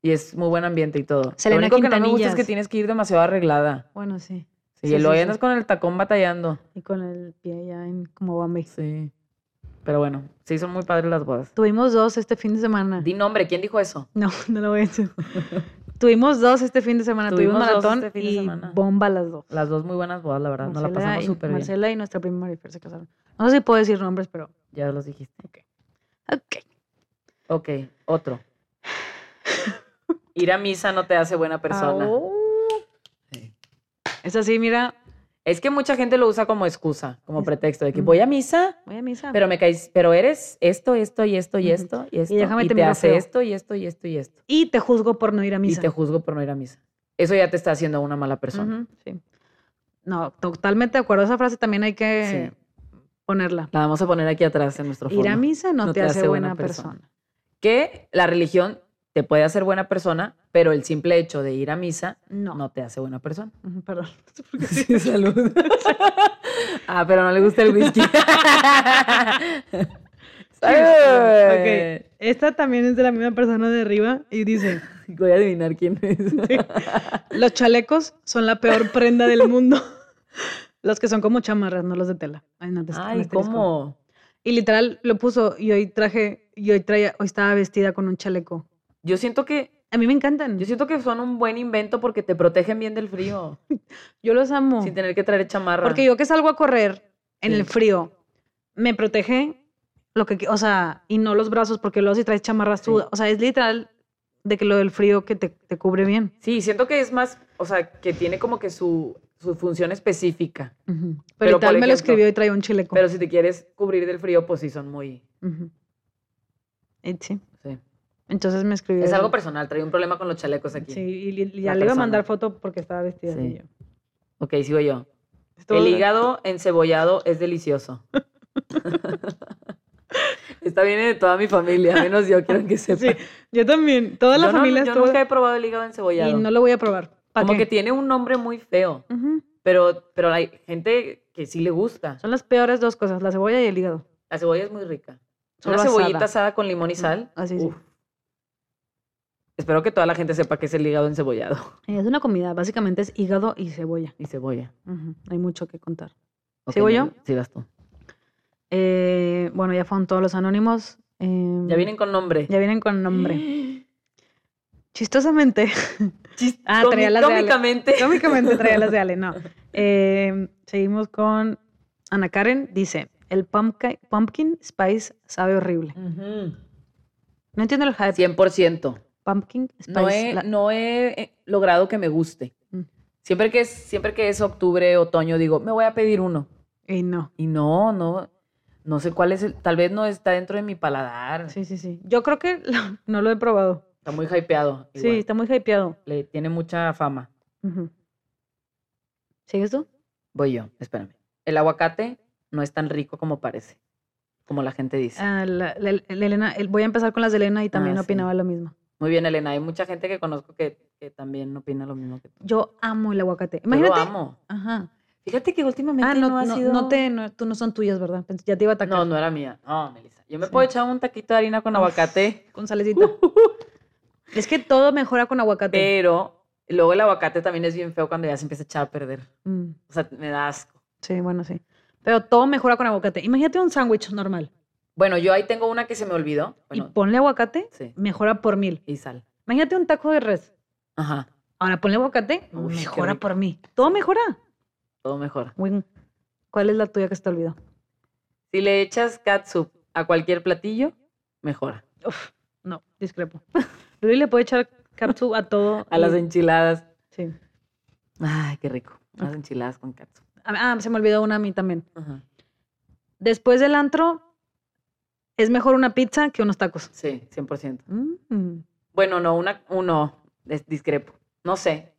S1: Y es muy buen ambiente y todo.
S2: Selena
S1: Lo único que no me gusta es
S2: Quintanillas.
S1: que tienes que ir demasiado arreglada.
S2: Bueno, sí.
S1: Sí,
S2: Sí,
S1: y luego
S2: sí,
S1: ya
S2: sí.
S1: andas con el tacón batallando.
S2: Y con el pie ya en como Bambi.
S1: Sí. Pero bueno, sí, son muy padres las bodas.
S2: Tuvimos dos este fin de semana.
S1: Di nombre, ¿quién dijo eso?
S2: No, no lo voy a decir. Tuvimos dos este fin de semana. Tuvimos,
S1: Tuvimos dos
S2: maratón
S1: este fin de
S2: y
S1: semana.
S2: bomba las dos.
S1: Las dos muy buenas bodas, la verdad. Nos la pasamos
S2: y,
S1: súper bien.
S2: Marcela y nuestra prima Marifer se casaron. No sé si puedo decir nombres, pero.
S1: Ya los dijiste.
S2: Ok.
S1: Ok, otro. Ir a misa no te hace buena
S2: Ah,
S1: persona.
S2: oh.
S1: Sí.
S2: Es así, mira.
S1: Es que mucha gente lo usa como excusa, como
S2: Es-
S1: pretexto de que
S2: Ujú.
S1: voy a misa,
S2: Voy a misa.
S1: pero me caes, pero eres esto, esto y esto y
S2: Ujú.
S1: esto y esto.
S2: déjame
S1: y
S2: te
S1: te
S2: miro
S1: hace
S2: feo.
S1: esto y esto y esto y esto.
S2: y te juzgo por no ir a misa.
S1: y te juzgo por no ir a misa. Eso ya te está haciendo una mala persona.
S2: Ujú, sí. No, totalmente de acuerdo. Esa frase también hay que ponerla.
S1: La vamos a poner aquí atrás en nuestro fondo.
S2: Eh. Ir a misa no, te, hace, buena, persona.
S1: Que la religión te puede hacer buena persona, pero el simple hecho de ir a misa
S2: No.
S1: no te hace buena persona.
S2: Ujú, Perdón.
S1: Sí, salud. ah, pero no le gusta el whisky.
S2: Cheers. Ok. Esta también es de la misma persona de arriba y dice,
S1: Voy a adivinar quién es.
S2: los chalecos son la peor prenda del mundo. Los que son como chamarras, no los de tela. Ay, no, de- de
S1: Ay,
S2: esterisco.
S1: ¿cómo?
S2: Y literal lo puso y hoy traje, y hoy traía, hoy estaba vestida con un chaleco.
S1: Yo siento que
S2: A mí me encantan.
S1: yo
S2: Yo,
S1: siento que son un buen invento porque te protegen bien del frío,
S2: los amo.
S1: sin tener que traer chamarra.
S2: Porque yo que salgo a correr en
S1: Sí.
S2: el frío, me protege lo que, qui- o sea, y no los brazos, porque luego si traes chamarras tú,
S1: Sí.
S2: o sea, es literal de que lo del frío que te, te cubre bien.
S1: Sí, siento que es más, o sea, que tiene como que su, su función específica. Pero,
S2: Pero,
S1: por
S2: y tal me lo
S1: ejemplo,
S2: escribió y traía un chileco.
S1: Pero si te quieres cubrir del frío, pues sí son muy...
S2: Ujú. Y sí.
S1: sí.
S2: Entonces me escribió.
S1: Es
S2: eso.
S1: algo personal, trae un problema con los chalecos aquí.
S2: Sí, y, li- li-
S1: la
S2: ya le iba a mandar
S1: persona.
S2: foto porque estaba vestida así
S1: Sí.
S2: yo.
S1: Ok, sigo yo.
S2: Estuvo-
S1: El hígado encebollado es delicioso. Esta viene de toda mi familia, menos yo, quiero que sepa.
S2: Sí, yo también. Toda la
S1: yo no-
S2: familia
S1: yo
S2: estuvo.
S1: nunca he probado el hígado encebollado.
S2: y no lo voy a probar. ¿Para
S1: como
S2: qué?
S1: que tiene un nombre muy feo,
S2: Ujú.
S1: pero, pero hay gente que sí le gusta.
S2: Son las peores dos cosas, la cebolla y el hígado.
S1: La cebolla es muy rica.
S2: Solo
S1: Una
S2: asada.
S1: cebollita asada con limón y sal.
S2: Así, sí.
S1: uf. Espero que toda la gente sepa que es el hígado encebollado
S2: Es una comida, básicamente es hígado y cebolla.
S1: y cebolla.
S2: Ujú, Hay mucho que contar.
S1: Ok,
S2: ¿Sigo
S1: no,
S2: yo?
S1: Sí, vas tú.
S2: Eh, bueno, ya fueron todos los anónimos. eh,
S1: Ya vienen con nombre.
S2: ya vienen con nombre. Chistosamente,
S1: Chis-
S2: Ah, traía las de Ale.
S1: cómicamente.
S2: cómicamente traía las de Ale, no. Eh, seguimos con Ana Karen, dice, el pumpkin, pumpkin spice sabe horrible.
S1: Ujú.
S2: No entiendo el hype.
S1: 100%.
S2: Pumpkin spice.
S1: No he,
S2: la-
S1: no he eh, logrado que me guste.
S2: Mm.
S1: Siempre que, es, siempre que es octubre, otoño, digo, me voy a pedir uno.
S2: y no.
S1: Y no, no, no sé cuál es el, tal vez no está dentro de mi paladar.
S2: Sí, sí, sí. Yo creo que lo- no lo he probado.
S1: Está muy hypeado.
S2: Sí,
S1: igual.
S2: está muy hypeado.
S1: Le tiene mucha fama.
S2: Ujú. ¿Sigues tú?
S1: Voy yo, espérame. El aguacate no es tan rico como parece, como la gente dice.
S2: Ah, la- la- la Elena, el- voy a empezar con las de Elena y también
S1: Ah, sí.
S2: opinaba lo mismo.
S1: Muy bien, Elena. Hay mucha gente que conozco que, que también opina lo mismo que tú.
S2: Yo amo el aguacate.
S1: Yo
S2: Imagínate.
S1: lo amo.
S2: Ajá.
S1: Fíjate que últimamente
S2: Ah,
S1: no,
S2: no, no,
S1: ha
S2: no,
S1: sido...
S2: te, no, tú no son tuyas, ¿verdad? Pens- Ya te iba a atacar.
S1: No, no era mía. No, Melissa. Yo me
S2: Sí.
S1: puedo echar un taquito de harina con
S2: Uf.
S1: aguacate,
S2: Con salecita. Es que todo mejora con
S1: Eh.
S2: aguacate.
S1: pero luego el aguacate también es bien feo cuando ya se empieza a echar a perder.
S2: Mm,
S1: O sea, me da asco.
S2: sí, bueno, sí. Pero todo mejora con aguacate. Imagínate un sándwich normal.
S1: Bueno, yo ahí tengo una que se me olvidó.
S2: y
S1: Bueno,
S2: ponle aguacate,
S1: sí.
S2: mejora por mil.
S1: Y sal.
S2: Imagínate un taco de res.
S1: Ajá.
S2: Ahora ponle aguacate,
S1: Uy, qué
S2: mejora
S1: rico.
S2: por mí. Todo mejora.
S1: Todo mejor.
S2: Win. ¿Cuál es la tuya que se te olvidó?
S1: Si le echas catsup a cualquier platillo, mejora.
S2: Uf, no, discrepo. Luis le puede echar capsu a todo.
S1: A las
S2: y-
S1: enchiladas.
S2: Sí.
S1: Mm. Ay, qué rico. Las enchiladas con catsup.
S2: Ah, ah, se me olvidó una a mí también.
S1: Ajá.
S2: Después del antro, es mejor una pizza que unos tacos.
S1: Sí, 100%.
S2: Mm.
S1: Bueno, no, una, uno, es discrepo. No sé.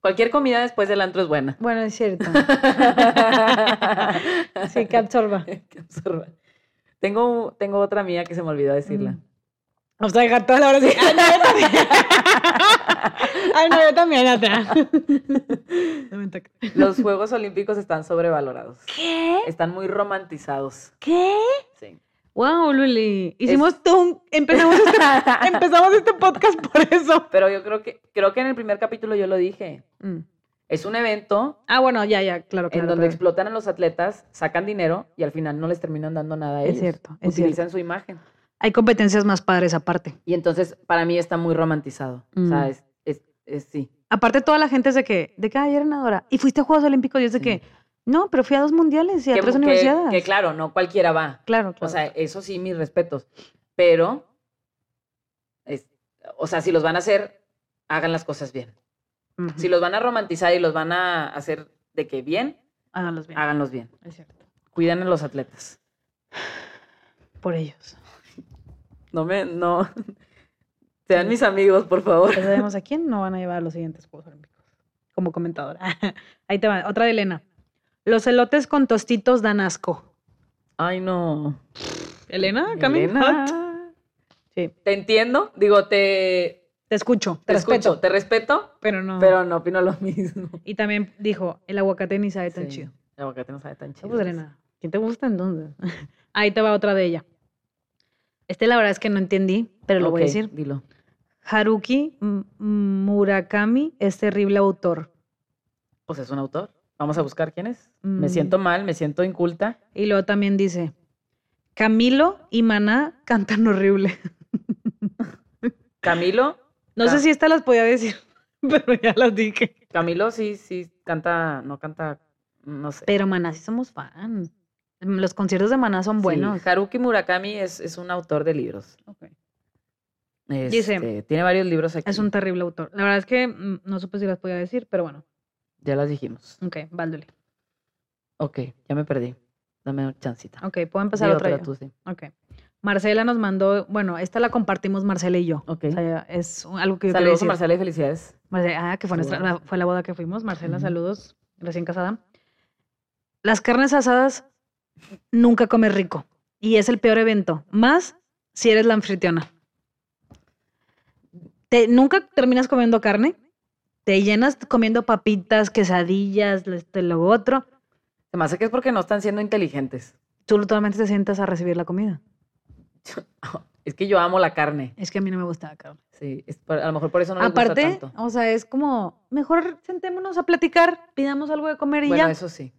S1: Cualquier comida después del antro es buena.
S2: Bueno, es cierto.
S1: sí,
S2: Sí, que absorba.
S1: que absorba. Tengo, u- tengo otra mía que se me olvidó decirla.
S2: Mm. Vamos a dejar toda la hora así. Ay, Ah, no, yo también. Ay, no, yo también. otra. No me toques.
S1: Los Juegos Olímpicos están sobrevalorados.
S2: ¿Qué?
S1: Están muy romantizados.
S2: ¿Qué?
S1: Sí.
S2: Wow, Luli. Hicimos todo un- Empezamos este, empezamos este podcast por eso.
S1: Pero yo creo que, creo que en el primer capítulo yo lo dije. Es un evento
S2: Mm. Ah, bueno, ya, ya, claro, claro.
S1: en donde
S2: claro.
S1: explotan a los atletas, sacan dinero y al final no les terminan dando nada a
S2: Es
S1: ellos.
S2: cierto, es
S1: Utilizan su imagen.
S2: Hay competencias más padres aparte.
S1: Y entonces, para mí está muy romantizado. O sea,
S2: Mm.
S1: es, es- es- sí.
S2: Aparte, toda la gente es de que, de que ay, era nadadora. Y fuiste a Juegos Olímpicos y es de
S1: Sí.
S2: que, no, pero fui a dos mundiales y a
S1: Que-
S2: tres
S1: que-
S2: universidades.
S1: que claro, no cualquiera va.
S2: claro,
S1: O
S2: claro.
S1: sea, eso sí, mis respetos. Pero, es- o sea, si los van a hacer, hagan las cosas bien.
S2: Ujú.
S1: Si los van a romantizar y los van a hacer de que bien,
S2: Háganlos bien.
S1: háganlos bien.
S2: Ah, Es cierto.
S1: Cuidan a los atletas.
S2: Por ellos.
S1: No me, no. Sean mis amigos, por favor.
S2: Ya sabemos a quién no van a llevar a los siguientes Juegos Olímpicos. Como comentadora. Ahí te va. Otra de Elena. Los elotes con tostitos dan asco.
S1: Ay, no.
S2: Elena,
S1: Elena.
S2: camina. Sí,
S1: Te entiendo, digo, te,
S2: te escucho, te,
S1: te
S2: respeto,
S1: escucho, te respeto, Ah.
S2: pero no.
S1: pero no opino lo mismo.
S2: Y también dijo, el aguacate ni sabe tan
S1: Sí,
S2: chido.
S1: El aguacate no sabe tan chido.
S2: No, pues, Elena, ¿quién te gusta entonces? Ahí te va otra de ella. Este la verdad es que no entendí, pero lo voy a
S1: Ok,
S2: decir.
S1: Dilo.
S2: Haruki M- Murakami es terrible autor.
S1: Pues es un autor. Vamos a buscar quién es.
S2: Mm.
S1: Me siento mal, me siento inculta.
S2: Y luego también dice, Camilo y Maná cantan horrible.
S1: Camilo,
S2: No sé
S1: Ca-
S2: si esta las podía decir, pero ya las dije.
S1: Camilo sí, sí canta, no canta, no sé.
S2: Pero Maná sí somos fan. Los conciertos de Maná son
S1: Sí,
S2: buenos.
S1: Haruki Murakami es, es un autor de libros.
S2: Dice,
S1: Este, tiene varios libros aquí.
S2: Es un terrible autor. La verdad es que mm, no supe si las podía decir, pero bueno.
S1: Ya las dijimos.
S2: Ok, váldole.
S1: Ok, ya me perdí. Dame una chancita.
S2: Ok, puedo empezar
S1: Di
S2: otra. yo?
S1: tú, sí.
S2: Ok. Marcela nos mandó, bueno, esta la compartimos Marcela y yo.
S1: Ok.
S2: O sea, es un- algo que yo quería
S1: Saludos a
S2: decir.
S1: Marcela y felicidades.
S2: Marcela, ah, que fue, nuestra-
S1: Saludos.
S2: la- fue la boda que fuimos. Marcela,
S1: Ujú.
S2: saludos, recién casada. Las carnes asadas nunca comes rico y es el peor evento, más si eres la anfitriona. Te, nunca terminas comiendo carne, te llenas comiendo papitas, quesadillas, lo este, lo otro.
S1: Se me hace que es porque no están siendo inteligentes.
S2: Tú totalmente te sientas a recibir la comida.
S1: Es que yo amo la carne.
S2: Es que a mí no me gusta la carne.
S1: Sí, es por- a lo mejor por eso no les gusta
S2: Aparte,
S1: tanto.
S2: o sea, es como, mejor sentémonos a platicar, pidamos algo de comer y
S1: Bueno,
S2: ya.
S1: eso sí.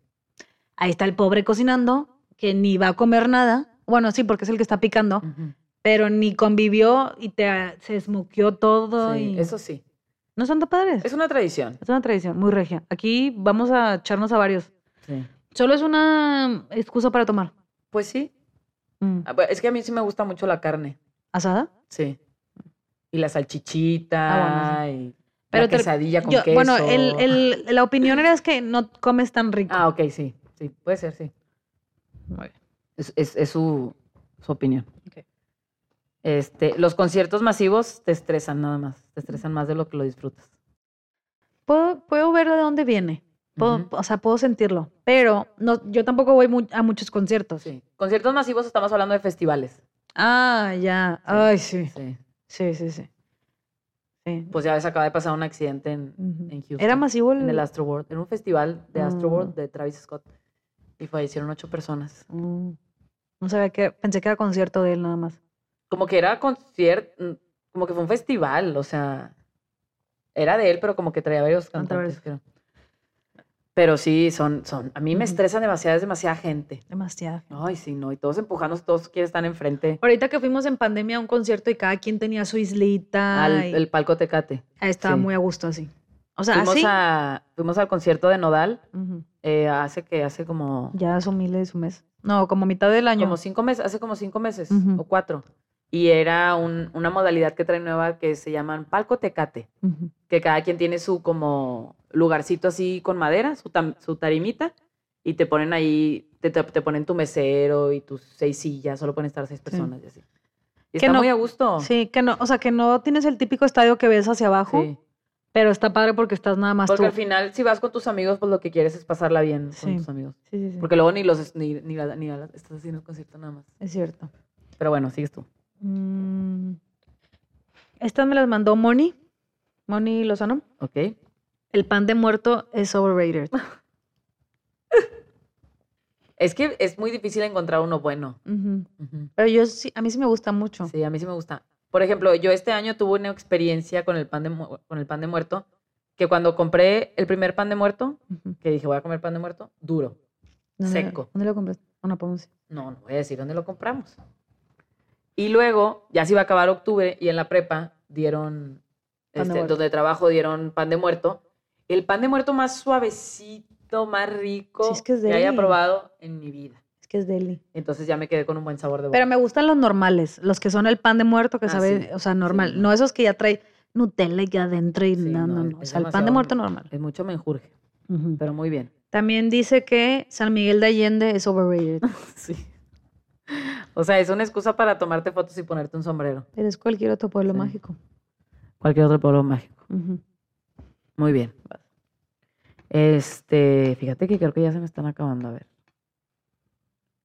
S2: Ahí está el pobre cocinando, que ni va a comer nada. Bueno, sí, porque es el que está picando,
S1: Ujú.
S2: pero ni convivió y te, se esmoqueó todo.
S1: Sí,
S2: y...
S1: Eso sí.
S2: No son tan padres.
S1: Es
S2: Es...
S1: una tradición.
S2: una tradición muy regia. Aquí vamos a echarnos a varios.
S1: Sí.
S2: Solo es una excusa para tomar.
S1: Pues sí.
S2: Mm.
S1: Ah, pues, Es que a mí sí me gusta mucho la carne.
S2: ¿Asada?
S1: Sí. Y la salchichita.
S2: Ah,
S1: y
S2: Pero
S1: la
S2: te-
S1: quesadilla con
S2: Yo-
S1: queso.
S2: bueno, el- el- la opinión era es que no comes tan rico.
S1: Ah, ok, sí. Sí, puede ser, sí.
S2: Muy bien.
S1: Es, es- es su, su opinión.
S2: Ok.
S1: Este, los conciertos masivos te estresan nada más. Te estresan más de lo que lo disfrutas.
S2: Puedo, puedo ver de dónde viene. Puedo-
S1: Ujú.
S2: O sea, puedo sentirlo. Pero no, yo tampoco voy mu- a muchos conciertos.
S1: Sí. Conciertos masivos estamos hablando de festivales.
S2: Ah, ya. Ay, sí.
S1: Sí.
S2: Sí, sí, sí. Sí.
S1: Pues ya ves, acaba de pasar un accidente en,
S2: Ujú.
S1: en Houston.
S2: Era masivo el...
S1: en el Astro World. Era un festival de Astro World
S2: Mm.
S1: de Travis Scott. Y fallecieron ocho personas.
S2: Mm. No sabía que... Pensé que era concierto de él nada más.
S1: Como que era concierto, como que fue un festival, o sea, era de él, pero como que traía varios cantantes.
S2: Controversia.
S1: Pero, pero sí, son, son. A mí me
S2: Ujú.
S1: estresan demasiado, es demasiada gente.
S2: Demasiado.
S1: Ay, sí, no, y todos empujándose, todos quieren estar enfrente
S2: Ahorita que fuimos en pandemia a un concierto y cada quien tenía su islita.
S1: al
S2: y-
S1: el palco Tecate.
S2: Ah, Estaba
S1: sí.
S2: muy a gusto así. O sea,
S1: Fuimos,
S2: así...
S1: a, fuimos al concierto de Nodal
S2: Ujú.
S1: eh, hace que, hace como,
S2: Ya asumíle su mes. No, como a mitad del año.
S1: como cinco meses, hace como cinco meses
S2: Ujú.
S1: o cuatro. Y era un- una modalidad que trae nueva que se llaman palco Tecate.
S2: Ujú.
S1: que cada quien tiene su como lugarcito así con madera, su, tam- su tarimita, y te ponen ahí, te, te- te ponen tu mesero y tus seis sillas, solo pueden estar seis personas y así. Y
S2: Que
S1: está
S2: no-
S1: muy a gusto.
S2: Sí, que no, o sea, que no tienes el típico estadio que ves hacia abajo,
S1: Sí.
S2: pero está padre porque estás nada más
S1: Porque
S2: tú.
S1: al final, si vas con tus amigos, pues lo que quieres es pasarla bien
S2: Sí.
S1: con tus amigos.
S2: Sí, sí, sí.
S1: Porque luego ni los es- ni, ni, la- ni la- estás haciendo el concierto nada más.
S2: Es cierto.
S1: Pero bueno, sigues tú.
S2: Mm. Estas me las mandó Moni, Moni Lozano.
S1: ¿Ok?
S2: El pan de muerto es overrated.
S1: Es que es muy difícil encontrar uno bueno.
S2: Ujú.
S1: Ujú.
S2: Pero yo sí, a mí sí me gusta mucho.
S1: Sí, a mí sí me gusta. Por ejemplo, yo este año tuve una experiencia con el pan de, mu- con el pan de muerto, que cuando compré el primer pan de muerto,
S2: Ujú.
S1: que dije voy a comer pan de muerto, duro.
S2: ¿Dónde-
S1: Seco.
S2: ¿Dónde lo compraste? Una ponce.
S1: No, no voy a decir dónde lo compramos. Y luego, ya se iba a acabar octubre y en la prepa dieron,
S2: Pan de
S1: este,
S2: muerto.
S1: donde trabajo dieron pan de muerto. El pan de muerto más suavecito, más rico
S2: Sí, es que es de
S1: haya
S2: ahí.
S1: probado en mi vida.
S2: Es que es deli.
S1: Entonces ya me quedé con un buen sabor de boca.
S2: Pero me gustan los normales, los que son el pan de muerto que
S1: Ah,
S2: sabe,
S1: sí.
S2: o sea, normal.
S1: Sí,
S2: no.
S1: no.
S2: esos que ya trae Nutella y adentro y
S1: Sí,
S2: no, no,
S1: no,
S2: no. O
S1: es
S2: sea, el pan de
S1: demasiado-
S2: muerto normal.
S1: Es mucho menjurje,
S2: Ujú.
S1: pero muy bien.
S2: También dice que San Miguel de Allende es overrated.
S1: Sí. O sea, es una excusa para tomarte fotos y ponerte un sombrero.
S2: Pero es cualquier otro pueblo
S1: Sí.
S2: mágico.
S1: Cualquier otro pueblo mágico.
S2: Ujú.
S1: Muy bien. Este, fíjate que creo que ya se me están acabando, a ver.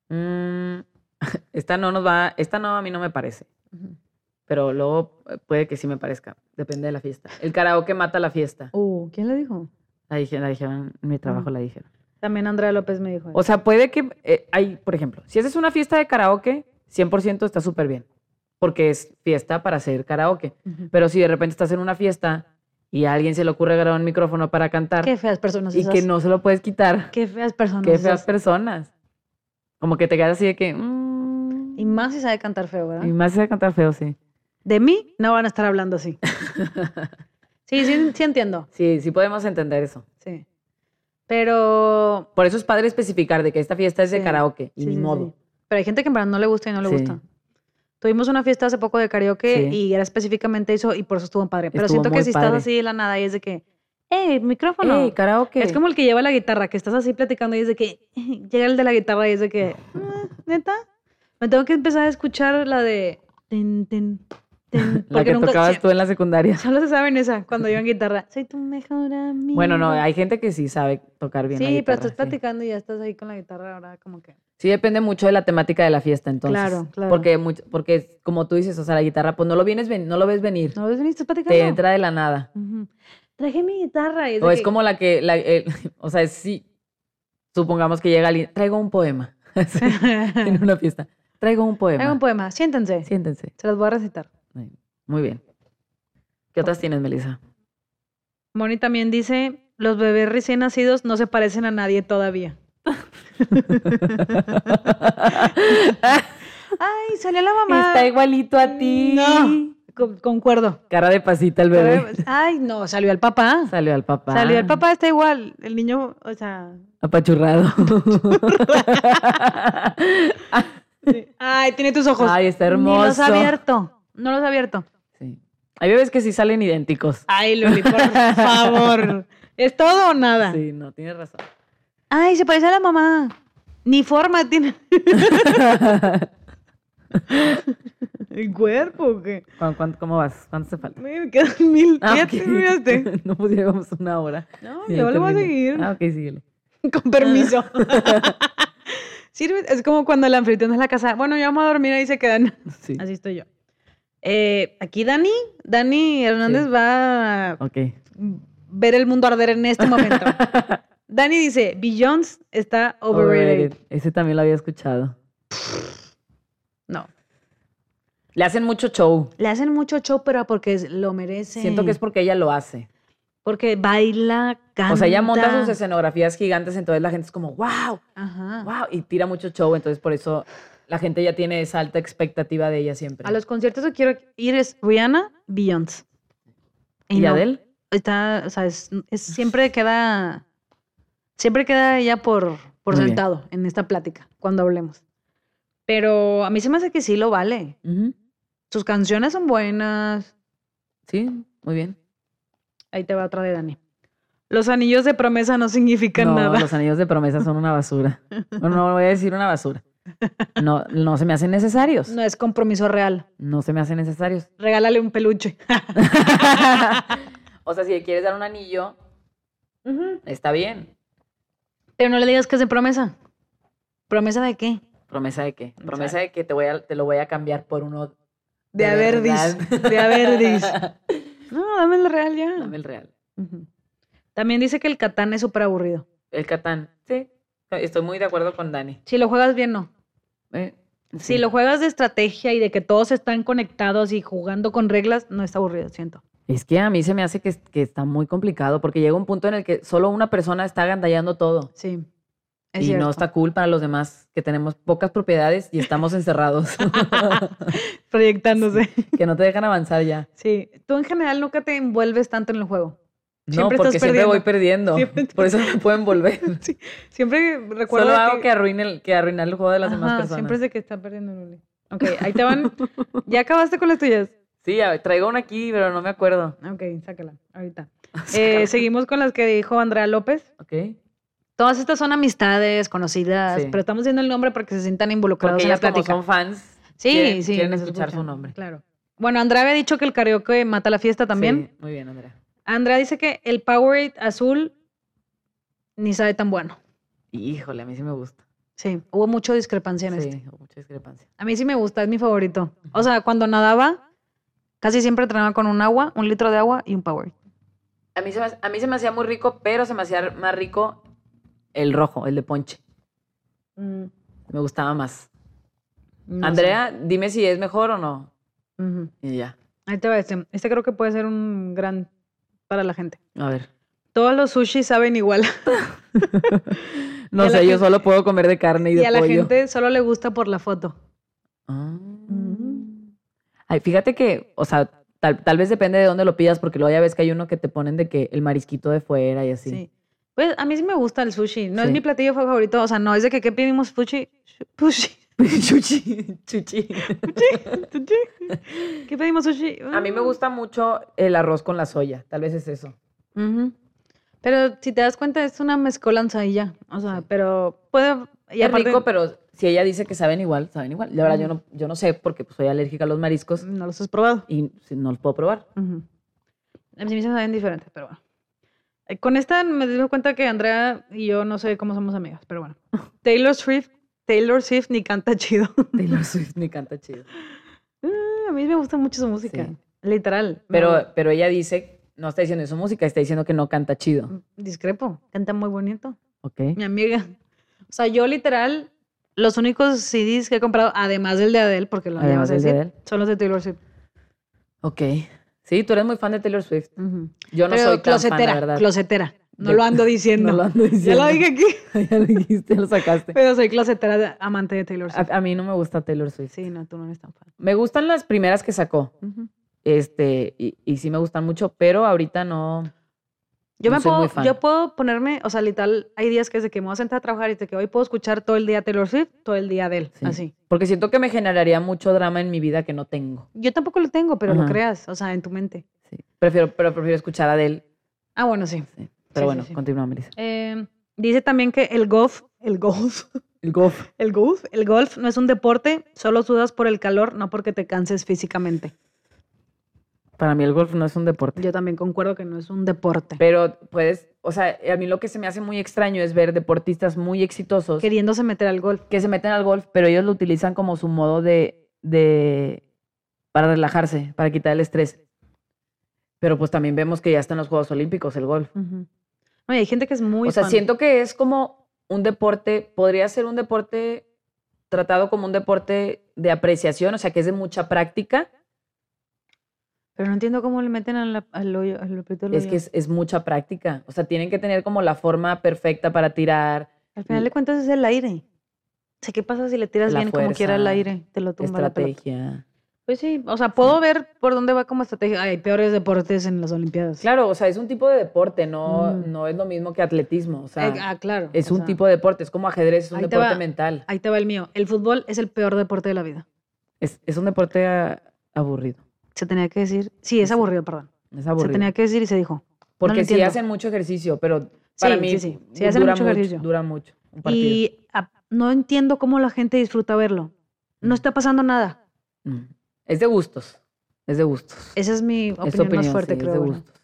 S1: Mm, esta no nos va, esta no a mí no me parece,
S2: Ujú.
S1: pero luego eh, puede que sí me parezca, depende de la fiesta. El karaoke mata la fiesta.
S2: Uh, ¿quién le dijo?
S1: La dije- la dijeron, en mi trabajo
S2: Ujú.
S1: la dijeron.
S2: También Andrea López me dijo.
S1: O sea, puede que eh, hay, por ejemplo, si haces una fiesta de karaoke, 100% está súper bien. porque es fiesta para hacer karaoke.
S2: Ujú.
S1: Pero si de repente estás en una fiesta y a alguien se le ocurre grabar un micrófono para cantar
S2: Qué feas personas
S1: y
S2: esas.
S1: que no se lo puedes quitar,
S2: Qué feas personas
S1: qué feas
S2: esas.
S1: personas. Como que te quedas así de que... mm,
S2: Y más si sabe cantar feo, ¿verdad?
S1: y más se cantar feo, sí.
S2: De mí no van a estar hablando así. sí, sí, sí entiendo.
S1: Sí, sí podemos entender eso.
S2: Sí. Pero.
S1: Por eso es padre especificar de que esta fiesta es de
S2: Sí,
S1: karaoke y
S2: sí,
S1: ni
S2: sí,
S1: modo.
S2: sí. Pero hay gente que en verdad no le gusta y no le
S1: Sí.
S2: gusta. Tuvimos una fiesta hace poco de karaoke
S1: Sí.
S2: y era específicamente eso y por eso estuvo padre. Pero
S1: Estuvo
S2: siento que
S1: muy
S2: si
S1: padre.
S2: estás así de la nada y es de que, ¡eh, micrófono!
S1: Ey, karaoke.
S2: Es como el que lleva la guitarra, que estás así platicando y es de que llega el de la guitarra y es de que, "Ah, neta, me tengo que empezar a escuchar la de... tin, tin, tin",
S1: la
S2: porque
S1: que
S2: nunca-
S1: tocabas
S2: sí,
S1: tú en la secundaria.
S2: Solo se saben esa cuando yo en guitarra. Soy tu mejor amigo.
S1: Bueno, no, hay gente que sí sabe tocar bien.
S2: Sí,
S1: la
S2: pero
S1: guitarra,
S2: estás
S1: sí.
S2: platicando y ya estás ahí con la guitarra ahora como que...
S1: Sí, depende mucho de la temática de la fiesta, entonces.
S2: Claro, claro.
S1: Porque, much- porque como tú dices, o sea, la guitarra, pues no lo, vienes, ven- no lo ves venir.
S2: ¿No ves venir? ¿Estás platicando?
S1: te entra de la nada.
S2: Ujú. Traje mi guitarra. y de
S1: o es
S2: que-
S1: como la que, la- el- o sea, sí, supongamos que llega alguien, traigo un poema Sí, en una fiesta. Traigo un poema.
S2: Haga un poema. Siéntense.
S1: Siéntense.
S2: Se los voy a recitar.
S1: Muy bien. ¿Qué otras tienes, Melissa?
S2: Moni también dice, los bebés recién nacidos no se parecen a nadie todavía. Ay, salió la mamá.
S1: Está igualito a ti.
S2: No. Con- concuerdo.
S1: Cara de pasita el bebé.
S2: Ay, no, salió el papá.
S1: Salió al papá.
S2: pues, Salió el papá, está igual. El niño, o sea...
S1: Apachurrado.
S2: Ay, tiene tus ojos.
S1: Ay, está
S2: Ni los
S1: hermoso.
S2: ha abierto. No los ha abierto.
S1: Sí. Hay bebés que sí salen idénticos.
S2: Ay, Luli, por favor. ¿Es todo o nada?
S1: Sí, no, tienes razón.
S2: Ay, se parece a la mamá. Ni forma tiene. ¿El cuerpo o qué?
S1: ¿Cuán- cuánto- ¿Cómo vas? ¿Cuánto te falta?
S2: Ay, Me quedan mil.
S1: Ah,
S2: ya
S1: ok.
S2: te miraste.
S1: no pues llevamos una hora.
S2: No,
S1: Ya
S2: yo lo voy a
S1: terminé.
S2: seguir.
S1: Ah, ok, síguele.
S2: Con permiso. Sirve- Ah. pues, Es como cuando el anfitrión es la casa. Bueno, ya vamos a dormir ahí se quedan.
S1: Sí.
S2: Así estoy yo. Eh, aquí Dani, Dani Hernández
S1: Sí.
S2: va a
S1: Ok.
S2: ver el mundo arder en este momento. Dani dice, Beyoncé está overrated.
S1: Overrated. Ese también lo había escuchado.
S2: No.
S1: Le hacen mucho show.
S2: Le hacen mucho show, pero porque es- lo merece.
S1: Siento que es porque ella lo hace.
S2: Porque baila, canta.
S1: O sea, ella monta sus escenografías gigantes, entonces la gente es como, wow,
S2: Ajá.
S1: wow, y tira mucho show, entonces por eso la gente ya tiene esa alta expectativa de ella siempre.
S2: A los conciertos que quiero ir es Rihanna, Beyoncé.
S1: ¿Y
S2: no,
S1: Adele?
S2: Está, o sea, es, es- siempre queda, siempre queda ella por, por
S1: Muy bien.
S2: sentado en esta plática, cuando hablemos. Pero a mí se me hace que sí lo vale.
S1: Ujú.
S2: Sus canciones son buenas.
S1: Sí, muy bien.
S2: Ahí te va otra de Dani. Los anillos de promesa no significan
S1: No,
S2: nada.
S1: los anillos de promesa son una basura. Bueno, no voy a decir una basura. No, no se me hacen necesarios.
S2: No es compromiso real.
S1: No se me hacen necesarios.
S2: Regálale un peluche.
S1: o sea, si le quieres dar un anillo, está bien.
S2: Pero no le digas que es de promesa. ¿Promesa de qué?
S1: ¿Promesa de qué? Promesa de que te, voy a- te lo voy a cambiar por uno.
S2: De Averdis.
S1: verdad.
S2: De Averdis. No, dame el real ya.
S1: Dame el real.
S2: Ujú. También dice que el Catán es súper aburrido.
S1: El Catán. Sí. Estoy muy de acuerdo con Dani.
S2: Si lo juegas bien, no.
S1: Eh,
S2: Si lo juegas de estrategia y de que todos están conectados y jugando con reglas, no está aburrido, siento.
S1: Es que a mí se me hace que, que está muy complicado porque llega un punto en el que solo una persona está agandallando todo.
S2: Sí.
S1: y no está cool para los demás que tenemos pocas propiedades y estamos encerrados,
S2: proyectándose. Sí.
S1: que no te dejan avanzar ya.
S2: Tú en general nunca te envuelves tanto en el juego.
S1: No,
S2: Siempre estás
S1: porque siempre voy perdiendo.
S2: Siempre estás-
S1: Por eso no pueden volver.
S2: Sí. Siempre recuerdo
S1: Solo
S2: de
S1: hago que arruine el, que arruinar el juego de las demás
S2: Ajá,
S1: personas.
S2: Siempre es de que está perdiendo Luli. Ok, ahí te van. ¿Ya acabaste con las tuyas?
S1: Sí, a ver, traigo una aquí, pero no me acuerdo.
S2: Ok, sácala, ahorita. Eh, seguimos con las que dijo Andrea López.
S1: ok.
S2: Todas estas son amistades, conocidas,
S1: Sí.
S2: pero estamos diciendo el nombre para que se sientan involucrados
S1: Porque
S2: en la
S1: ellas como
S2: plática.
S1: son fans.
S2: Sí,
S1: quieren-
S2: sí.
S1: quieren
S2: nos
S1: escuchar su
S2: escuchan,
S1: nombre.
S2: Claro. Bueno, Andrea había dicho que el karaoke mata la fiesta también.
S1: Sí, muy bien, Andrea.
S2: Andrea dice que el Powerade azul ni sabe tan bueno.
S1: Híjole, a mí sí me gusta.
S2: Sí, hubo mucha discrepancia en
S1: Sí,
S2: este.
S1: hubo mucha discrepancia.
S2: A mí sí me gusta, es mi favorito. O sea, cuando nadaba, casi siempre entrenaba con un agua, un litro de agua y un Powerade.
S1: A mí, se me, a mí se me hacía muy rico, pero se me hacía más rico el rojo, el de ponche. Mm, Me gustaba más.
S2: No sé.
S1: Andrea, dime si es mejor o no.
S2: Ujú.
S1: Y ya.
S2: Ahí te va este. Este creo que puede ser un gran para la gente.
S1: A ver.
S2: Todos los sushi saben igual. Y
S1: No
S2: a
S1: sé,
S2: la
S1: yo
S2: gente-
S1: solo puedo comer de carne y,
S2: Y
S1: de
S2: a la
S1: pollo.
S2: gente solo le gusta por la foto.
S1: Ah.
S2: Mm.
S1: Ay, fíjate que, o sea, tal, tal vez depende de dónde lo pidas, porque luego ya ves que hay uno que te ponen de que el marisquito de fuera y así.
S2: Sí. Pues a mí sí me gusta el sushi. No es
S1: Sí.
S2: mi platillo favorito. O sea, no es de que ¿qué pedimos sushi. Sushi.
S1: chuchi, chuchi.
S2: sushi. ¿Qué pedimos sushi?
S1: A mí me
S2: Mm.
S1: gusta mucho el arroz con la soya, tal vez es eso.
S2: Ujú. Pero si te das cuenta, es una mezcolanza y ya. O sea,
S1: Sí.
S2: pero puede. Y
S1: es
S2: aparte, Mm.
S1: rico, pero si ella dice que saben igual, saben igual. La verdad, yo, no, yo no sé porque pues, soy alérgica a los mariscos
S2: no los has probado.
S1: y si- no los puedo probar.
S2: Ujú. A mí se me saben diferentes, pero bueno. Eh, Con esta me di cuenta que Andrea y yo no sé cómo somos amigas, pero bueno. Taylor Swift, Taylor Swift ni canta chido.
S1: Taylor Swift me canta chido.
S2: Ah, A mí me gusta mucho su música.
S1: Sí.
S2: Literal. me
S1: Pero,
S2: gusta.
S1: pero ella dice, no está diciendo su música, está diciendo que no canta
S2: Mm.
S1: chido.
S2: Discrepo. Canta muy bonito.
S1: ¿Ok?
S2: Mi amiga. O sea, yo literal, los únicos CDs que he comprado, además del de Adele, porque lo
S1: Además
S2: llevas a
S1: del de
S2: decir,
S1: Adele.
S2: son los de Taylor Swift.
S1: Ok. Sí, tú eres muy fan de Taylor Swift.
S2: Ujú.
S1: Yo no
S2: Pero
S1: soy tan fan,
S2: closetera,
S1: la verdad.
S2: closetera. No
S1: Yo-
S2: lo ando diciendo.
S1: No lo ando
S2: ya
S1: diciendo.
S2: lo dije aquí,
S1: ya lo dijiste, ya lo sacaste.
S2: pero soy closetera de- amante de Taylor Swift.
S1: A, a mí no me gusta Taylor Swift.
S2: Sí, no, tú no eres tan fan.
S1: Me gustan las primeras que sacó. Este, y, y sí me gustan mucho, pero ahorita no.
S2: Yo,
S1: No
S2: me
S1: soy muy
S2: puedo,
S1: fan.
S2: yo puedo ponerme, o sea, literal, hay días que desde que me voy a sentar a trabajar y desde que hoy puedo escuchar todo el día Taylor Swift, todo el día de él,
S1: Sí.
S2: así.
S1: Porque siento que me generaría mucho drama en mi vida que no tengo.
S2: Yo tampoco lo tengo, pero lo
S1: Ajá.
S2: creas, o sea, en tu mente.
S1: Sí. Prefiero, pero prefiero escuchar a Adele.
S2: Ah, bueno, sí.
S1: Sí.
S2: Sí, sí,
S1: Pero bueno,
S2: sí.
S1: continúa, Melissa.
S2: Eh, dice también que el golf, el golf,
S1: El golf.
S2: el golf, el golf no es un deporte, solo sudas por el calor, no porque te canses físicamente.
S1: Para mí el golf no es un deporte.
S2: Yo también concuerdo que no es un deporte.
S1: Pero puedes, o sea, a mí lo que se me hace muy extraño es ver deportistas muy exitosos
S2: Queriéndose meter al golf.
S1: que se meten al golf, pero ellos lo utilizan como su modo de, de para relajarse, para quitar el estrés. Pero pues también vemos que ya están los Juegos Olímpicos el golf.
S2: Ujú. No, y hay gente que es muy
S1: o sea,
S2: fan.
S1: siento que es como un deporte, podría ser un deporte tratado como un deporte de apreciación, o sea, que es de mucha práctica.
S2: Pero no entiendo cómo le meten al, al hoyo, al lopito del
S1: Es
S2: hoyo.
S1: que es, es mucha práctica. O sea, tienen que tener como la forma perfecta para tirar,
S2: Al final de cuentas es el aire. O sea, ¿qué pasa si le tiras
S1: La
S2: bien como quiera al
S1: fuerza,
S2: aire? Te lo tumba la pelota.
S1: estrategia.
S2: Pues sí, o sea, puedo ver por dónde va como estrategia. Hay peores deportes en las Olimpiadas.
S1: Claro, o sea, es un tipo de deporte, no,
S2: Mm.
S1: no es lo mismo que atletismo. O sea,
S2: Eh, ah, claro.
S1: Es
S2: o
S1: un
S2: sea,
S1: tipo de deporte, es como ajedrez, es un
S2: ahí te
S1: deporte
S2: va.
S1: mental.
S2: Ahí te va el mío. El fútbol es el peor deporte de la vida.
S1: Es, es un deporte ah, aburrido.
S2: Se tenía que decir. Sí, es
S1: Sí.
S2: aburrido, perdón.
S1: Es aburrido.
S2: Se tenía que decir y se dijo.
S1: Porque sí
S2: entiendo.
S1: hacen mucho ejercicio, pero para
S2: Sí,
S1: mí
S2: sí, sí. Sí hacen
S1: dura
S2: mucho ejercicio.
S1: dura mucho un partido.
S2: Y ah, no entiendo cómo la gente disfruta verlo. No
S1: Mm.
S2: está pasando nada.
S1: Mm. Es de gustos, es de gustos.
S2: Esa es mi opinión,
S1: Es tu
S2: más fuerte,
S1: sí, es
S2: creo.
S1: de
S2: ¿verdad?
S1: gustos.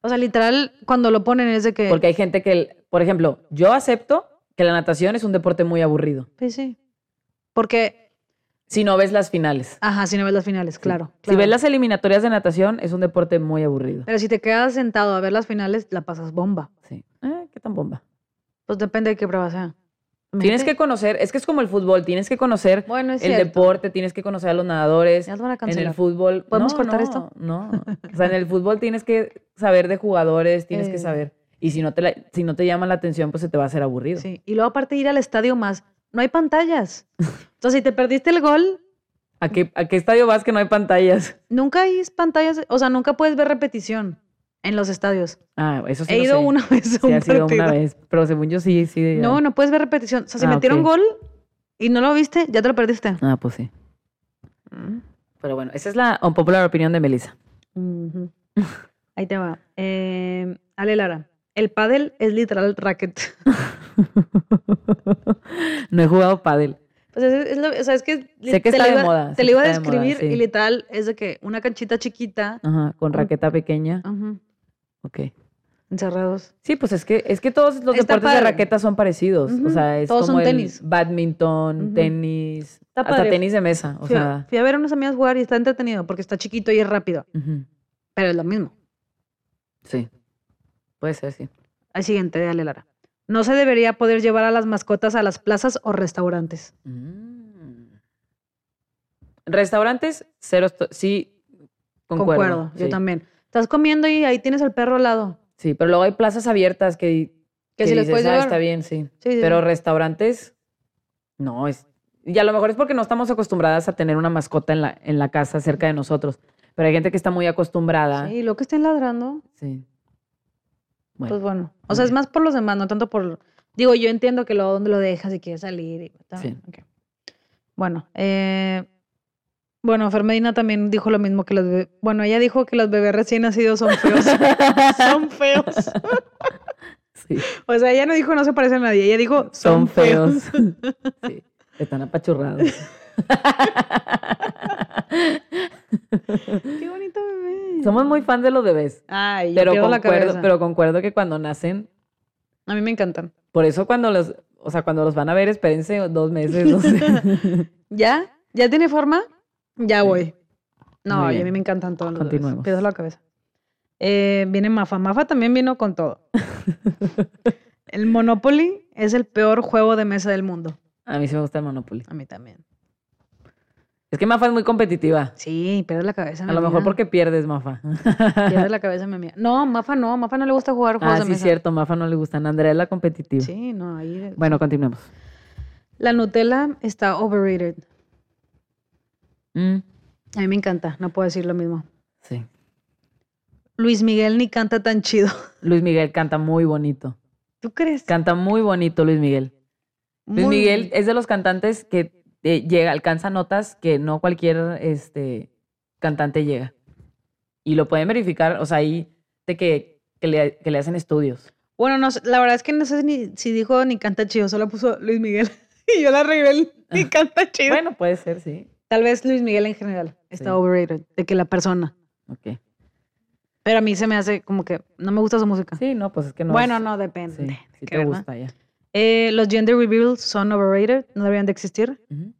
S2: O sea, literal, cuando lo ponen es de que.
S1: Porque hay gente que, el- por ejemplo, yo acepto que la natación es un deporte muy aburrido.
S2: Pues sí. Porque,
S1: Si no ves las finales.
S2: ajá, si no ves las finales, Ah, claro.
S1: Si ves
S2: claro.
S1: las eliminatorias de natación, es un deporte muy aburrido.
S2: Pero si te quedas sentado a ver las finales, la pasas bomba.
S1: Sí. Ah, qué tan bomba.
S2: Pues depende de qué prueba sea.
S1: Tienes que conocer, es que es como el fútbol, tienes que conocer
S2: Bueno, es
S1: el
S2: cierto.
S1: deporte, tienes que conocer a los nadadores.
S2: Ya nos van
S1: En
S2: a
S1: el
S2: cancelar.
S1: fútbol.
S2: ¿Podemos
S1: no,
S2: cortar
S1: no,
S2: esto?
S1: No. O sea, en el fútbol tienes que saber de jugadores, tienes
S2: Eh.
S1: que saber. Y si no, te la- si no te llama la atención, pues se te va a hacer aburrido.
S2: Sí. Y luego, aparte, ir al estadio más. No hay pantallas. Entonces, si te perdiste el gol,
S1: ¿A, qué, ¿A qué estadio vas que no hay pantallas?
S2: nunca hay pantallas. O sea, nunca puedes ver repetición en los estadios.
S1: Ah, eso sí.
S2: He
S1: lo
S2: ido
S1: sé.
S2: una vez
S1: Sí,
S2: a un
S1: ha sido
S2: partido.
S1: una vez. Pero según yo sí, sí.
S2: No, no puedes ver repetición. O sea, si
S1: Ah,
S2: metieron
S1: ok.
S2: gol y no lo viste, ya te lo perdiste.
S1: Ah, pues sí.
S2: Mm.
S1: Pero bueno, esa es la popular opinión de Melissa.
S2: Ujú. Ahí te va. Eh, Ale Lara, el pádel es literal racket.
S1: no he jugado pádel.
S2: Pues es, es lo- o sea, es que, li-
S1: Sé que
S2: te
S1: está
S2: lo
S1: de
S2: iba-
S1: moda,
S2: Te
S1: sé
S2: lo
S1: que
S2: iba a
S1: está de moda,
S2: describir y
S1: sí.
S2: literal es de que una canchita chiquita,
S1: Ajá, con
S2: Un-
S1: raqueta pequeña.
S2: ujú,
S1: Ok.
S2: encerrados.
S1: Sí, pues es que, es que todos los
S2: Está
S1: deportes de
S2: padre.
S1: raqueta son parecidos.
S2: Ujú,
S1: O sea, es
S2: todos
S1: como
S2: son
S1: el
S2: tenis.
S1: badminton,
S2: Ujú.
S1: tenis,
S2: Está
S1: hasta
S2: padre.
S1: tenis de mesa. O
S2: Fui, a-
S1: sea,
S2: fui a ver a unas amigas jugar y está entretenido porque está chiquito y es rápido,
S1: ujú,
S2: pero es lo mismo.
S1: sí. Puede ser, sí.
S2: Al siguiente, de Ale Lara. No se debería poder llevar a las mascotas a las plazas o restaurantes.
S1: Mm. Restaurantes, cero. esto- Sí, concuerdo.
S2: Concuerdo, yo
S1: sí.
S2: también. Estás comiendo y ahí tienes al perro al lado.
S1: Sí, pero luego hay plazas abiertas que,
S2: Que si les
S1: dices,
S2: puedes
S1: "Ah,
S2: llevar.
S1: está bien, sí.
S2: Sí, sí,
S1: Pero
S2: sí.
S1: restaurantes, no, es. Y a lo mejor es porque no estamos acostumbradas a tener una mascota en la, en la casa cerca de nosotros. Pero hay gente que está muy acostumbrada.
S2: Sí, lo que estén ladrando,
S1: Sí. Bueno,
S2: pues bueno. O
S1: muy
S2: sea, es
S1: bien.
S2: más por los demás, no tanto por. Digo, yo entiendo que lo donde lo dejas y quieres salir. y tal,
S1: Sí.
S2: ok. Bueno, eh, bueno, Fermedina también dijo lo mismo que los bebés. Bueno, ella dijo que los bebés recién nacidos son feos. son feos.
S1: sí,
S2: O sea, ella no dijo no se parecen a nadie, ella dijo son,
S1: son
S2: feos.
S1: feos. Sí, están apachurrados.
S2: Qué bonito bebé.
S1: Somos muy fan de los bebés.
S2: Ay, yo
S1: Pero
S2: pierdo la
S1: concuerdo,
S2: cabeza.
S1: pero concuerdo que cuando nacen
S2: A mí me encantan.
S1: Por eso cuando los, o sea, cuando los van a ver, espérense dos meses, no sé.
S2: ¿Ya? ¿Ya tiene forma? Ya
S1: Sí.
S2: voy. No,
S1: Muy
S2: y a mí
S1: bien.
S2: me encantan todos los bebés.
S1: Continuemos.
S2: Pierdo la cabeza. Eh, viene Mafa. Mafa también vino con todo. el Monopoly es el peor juego de mesa del mundo.
S1: A mí sí me gusta el Monopoly.
S2: A mí también.
S1: Es que Mafa es muy competitiva.
S2: Sí, pierdes la cabeza.
S1: A
S2: mi
S1: lo mejor
S2: amiga.
S1: porque pierdes, Mafa.
S2: Pierdes la cabeza, mi amiga. No, Mafa no. Mafa no le gusta jugar juegos
S1: Ah,
S2: de
S1: sí,
S2: mesa.
S1: cierto, Mafa no le gustan. Andrea es la competitiva.
S2: Sí, no, ahí.
S1: Bueno, continuemos.
S2: La Nutella está overrated.
S1: Mm,
S2: A mí me encanta. No puedo decir lo mismo.
S1: sí.
S2: Luis Miguel ni canta tan chido.
S1: Luis Miguel canta muy bonito.
S2: ¿Tú crees?
S1: Canta muy bonito Luis Miguel. Luis
S2: Muy-
S1: Miguel eh. es de los cantantes que eh, llega, alcanza notas que no cualquier este, cantante llega. Y lo pueden verificar, o sea, ahí de que, que le, que le hacen estudios.
S2: Bueno, no, sé, la verdad es que no sé ni, si dijo ni canta chido, solo puso Luis Miguel. Y yo la arreglé, ni canta chido.
S1: Ah. Bueno, puede ser, sí.
S2: Tal vez Luis Miguel en general está
S1: Sí.
S2: overrated, de que la persona.
S1: Ok.
S2: Pero a mí se me hace como que no me gusta su música.
S1: Sí, no, pues es que no.
S2: bueno,
S1: es-
S2: no, depende.
S1: Sí, sí
S2: de
S1: te
S2: qué, ¿verdad?
S1: gusta ya.
S2: Eh, los gender reveals son overrated, no deberían de existir.
S1: Ujú.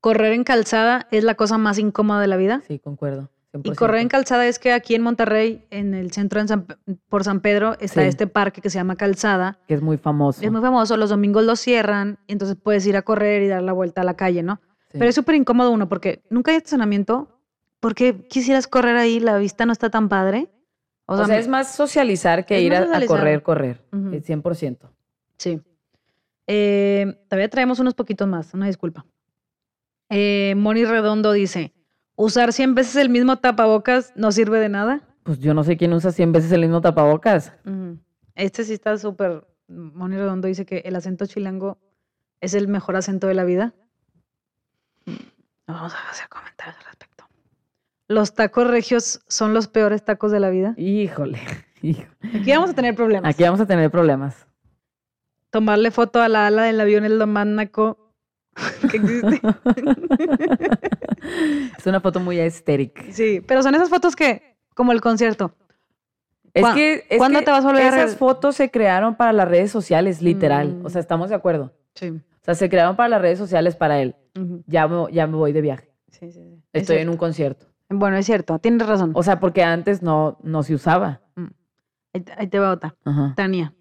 S2: Correr en calzada es la cosa más incómoda de la vida.
S1: Sí, concuerdo.
S2: Y correr en calzada es que aquí en Monterrey, en el centro en San Pe- por San Pedro, está
S1: Sí.
S2: este parque que se llama Calzada.
S1: Que es muy famoso.
S2: Es muy famoso, los domingos lo cierran, y entonces puedes ir a correr y dar la vuelta a la calle, ¿no? Pero es súper incómodo uno, porque nunca hay estacionamiento, porque quisieras correr ahí, la vista no está tan padre.
S1: o sea, es más socializar que
S2: es
S1: ir
S2: más
S1: a, a
S2: socializar.
S1: correr, correr. eh,
S2: Ujú.
S1: Es 100%.
S2: Sí. Eh, todavía traemos unos poquitos más, una disculpa. Eh, Moni Redondo dice, usar 100 veces el mismo tapabocas no sirve de nada.
S1: Pues yo no sé quién usa 100 veces el mismo tapabocas.
S2: Ujú. Este sí está súper... Moni Redondo dice que el acento chilango es el mejor acento de la vida. No vamos a hacer comentarios al respecto. Los tacos regios son los peores tacos de la vida.
S1: Híjole. hijo.
S2: Aquí vamos a tener problemas.
S1: Aquí vamos a tener problemas.
S2: Tomarle foto a la ala del avión es lo más naco que existe.
S1: es una foto muy estética.
S2: Sí, pero son esas fotos que, como el concierto.
S1: Es
S2: ¿Cuá-
S1: que, es
S2: cuándo
S1: que
S2: te vas a volver a
S1: esas
S2: re-
S1: fotos se crearon para las redes sociales, literal.
S2: Mm.
S1: O sea, estamos de acuerdo.
S2: Sí.
S1: O sea, se crearon para las redes sociales para él. Ya me, ya me voy de viaje.
S2: sí, sí, sí. Es
S1: Estoy en
S2: cierto.
S1: un concierto.
S2: Bueno, es cierto, tienes razón.
S1: O sea, porque antes no, no se usaba.
S2: Ahí te- ahí te va otra.
S1: Ajá.
S2: Tania,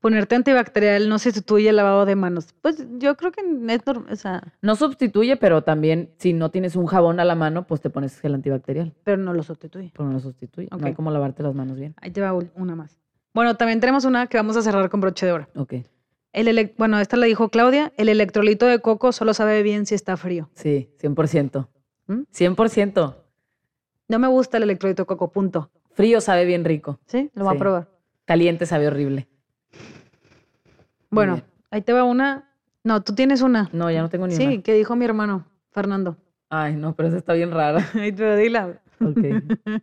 S2: ponerte antibacterial no sustituye el lavado de manos. Pues yo creo que es normal, o sea,
S1: No sustituye, pero también si no tienes un jabón a la mano, pues te pones gel antibacterial,
S2: pero no lo sustituye.
S1: pero no lo sustituye. No hay
S2: Ok.
S1: como lavarte las manos bien.
S2: Ahí te va ul- una más. Bueno, también tenemos una que vamos a cerrar con broche de oro.
S1: Ok.
S2: El elec- bueno, esta la dijo Claudia, el electrolito de coco solo sabe bien si está frío.
S1: Sí, 100%.
S2: ¿Mm?
S1: 100%.
S2: No me gusta el electrolito de coco, punto.
S1: Frío sabe bien rico.
S2: ¿Sí? Lo voy
S1: Sí.
S2: a probar.
S1: Caliente sabe horrible.
S2: Bueno,
S1: bien.
S2: ahí te va una. No, tú tienes una.
S1: No, ya no tengo ni
S2: sí,
S1: una.
S2: que dijo mi hermano, Fernando.
S1: Ay, no, pero esa está bien rara.
S2: Ahí te va, dila.
S1: Ok.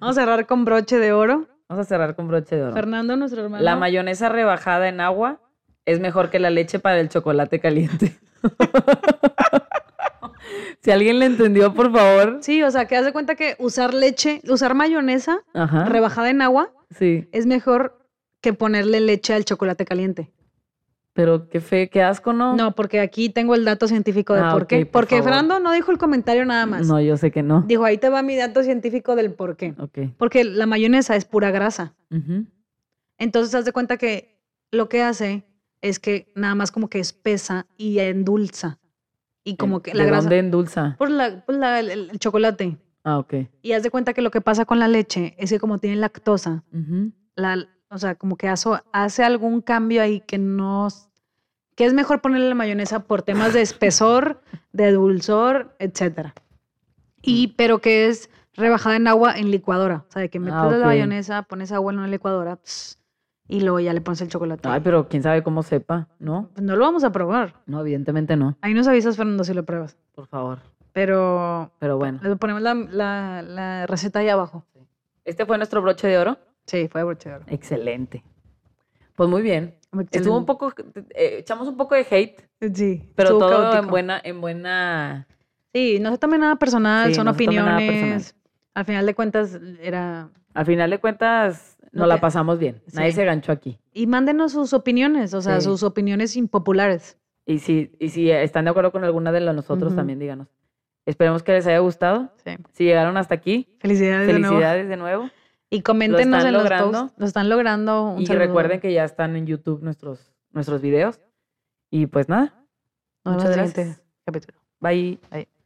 S2: Vamos a cerrar con broche de oro.
S1: Vamos a cerrar con broche de oro.
S2: Fernando, nuestro hermano.
S1: La mayonesa rebajada en agua es mejor que la leche para el chocolate caliente. si alguien le entendió, por favor.
S2: Sí, o sea, que haz de cuenta que usar leche, usar mayonesa
S1: Ajá.
S2: rebajada en agua
S1: Sí.
S2: es mejor que ponerle leche al chocolate caliente.
S1: Pero qué fe, qué asco, ¿no?
S2: No, porque aquí tengo el dato científico de
S1: Ah,
S2: por
S1: ok,
S2: qué.
S1: por
S2: porque
S1: favor.
S2: Fernando no dijo el comentario nada más.
S1: No, yo sé que no.
S2: Dijo, ahí te va mi dato científico del por qué.
S1: Ok.
S2: Porque la mayonesa es pura grasa.
S1: Ujú.
S2: Entonces, haz de cuenta que lo que hace es que nada más como que espesa y endulza. Y como que
S1: ¿De
S2: la grasa.
S1: dónde endulza?
S2: Por la, por la- el, el chocolate.
S1: Ah, ok.
S2: Y haz de cuenta que lo que pasa con la leche es que como tiene lactosa,
S1: Ujú.
S2: la, o sea, como que hace, hace algún cambio ahí que no... s- que es mejor ponerle la mayonesa por temas de espesor, de dulzor, etcétera.
S1: Mm.
S2: Y, pero que es rebajada en agua en licuadora. O sea, de que metes
S1: Ah, ok.
S2: la mayonesa, pones agua en una licuadora pss, y luego ya le pones el chocolate.
S1: Ay, pero quién sabe cómo sepa, ¿no?
S2: Pues no lo vamos a probar.
S1: No, evidentemente no.
S2: Ahí nos avisas, Fernando, si lo pruebas.
S1: Por favor.
S2: Pero
S1: Pero bueno.
S2: le ponemos la, la- la receta ahí abajo.
S1: Este fue nuestro broche de oro.
S2: Sí, fue broche de oro.
S1: Excelente. Pues muy bien. Estuvo un
S2: Excelente.
S1: poco, eh, echamos un poco de hate,
S2: Sí,
S1: pero
S2: estuvo
S1: todo en
S2: caótico.
S1: buena, en buena.
S2: Sí, no se tome nada personal,
S1: Sí,
S2: son
S1: no se tome nada personal.
S2: opiniones. Al final de cuentas, era.
S1: Al final de cuentas, nos
S2: No
S1: la
S2: te-
S1: pasamos bien. Nadie
S2: Sí.
S1: se ganchó aquí.
S2: Y mándenos sus opiniones, o sea,
S1: Sí.
S2: sus opiniones impopulares.
S1: Y si, y si están de acuerdo con alguna de las nosotros,
S2: Ujú.
S1: también díganos. Esperemos que les haya gustado.
S2: Sí.
S1: Si llegaron hasta aquí,
S2: Felicidades, de nuevo.
S1: felicidades de nuevo.
S2: Y coméntenos
S1: están
S2: en los
S1: logrando.
S2: posts. Lo están logrando. Un
S1: Y
S2: saludo.
S1: recuerden que ya están en YouTube nuestros, nuestros videos. Y pues nada, muchas
S2: Nos vemos en el siguiente
S1: gracias.
S2: capítulo.
S1: Bye.
S2: Bye.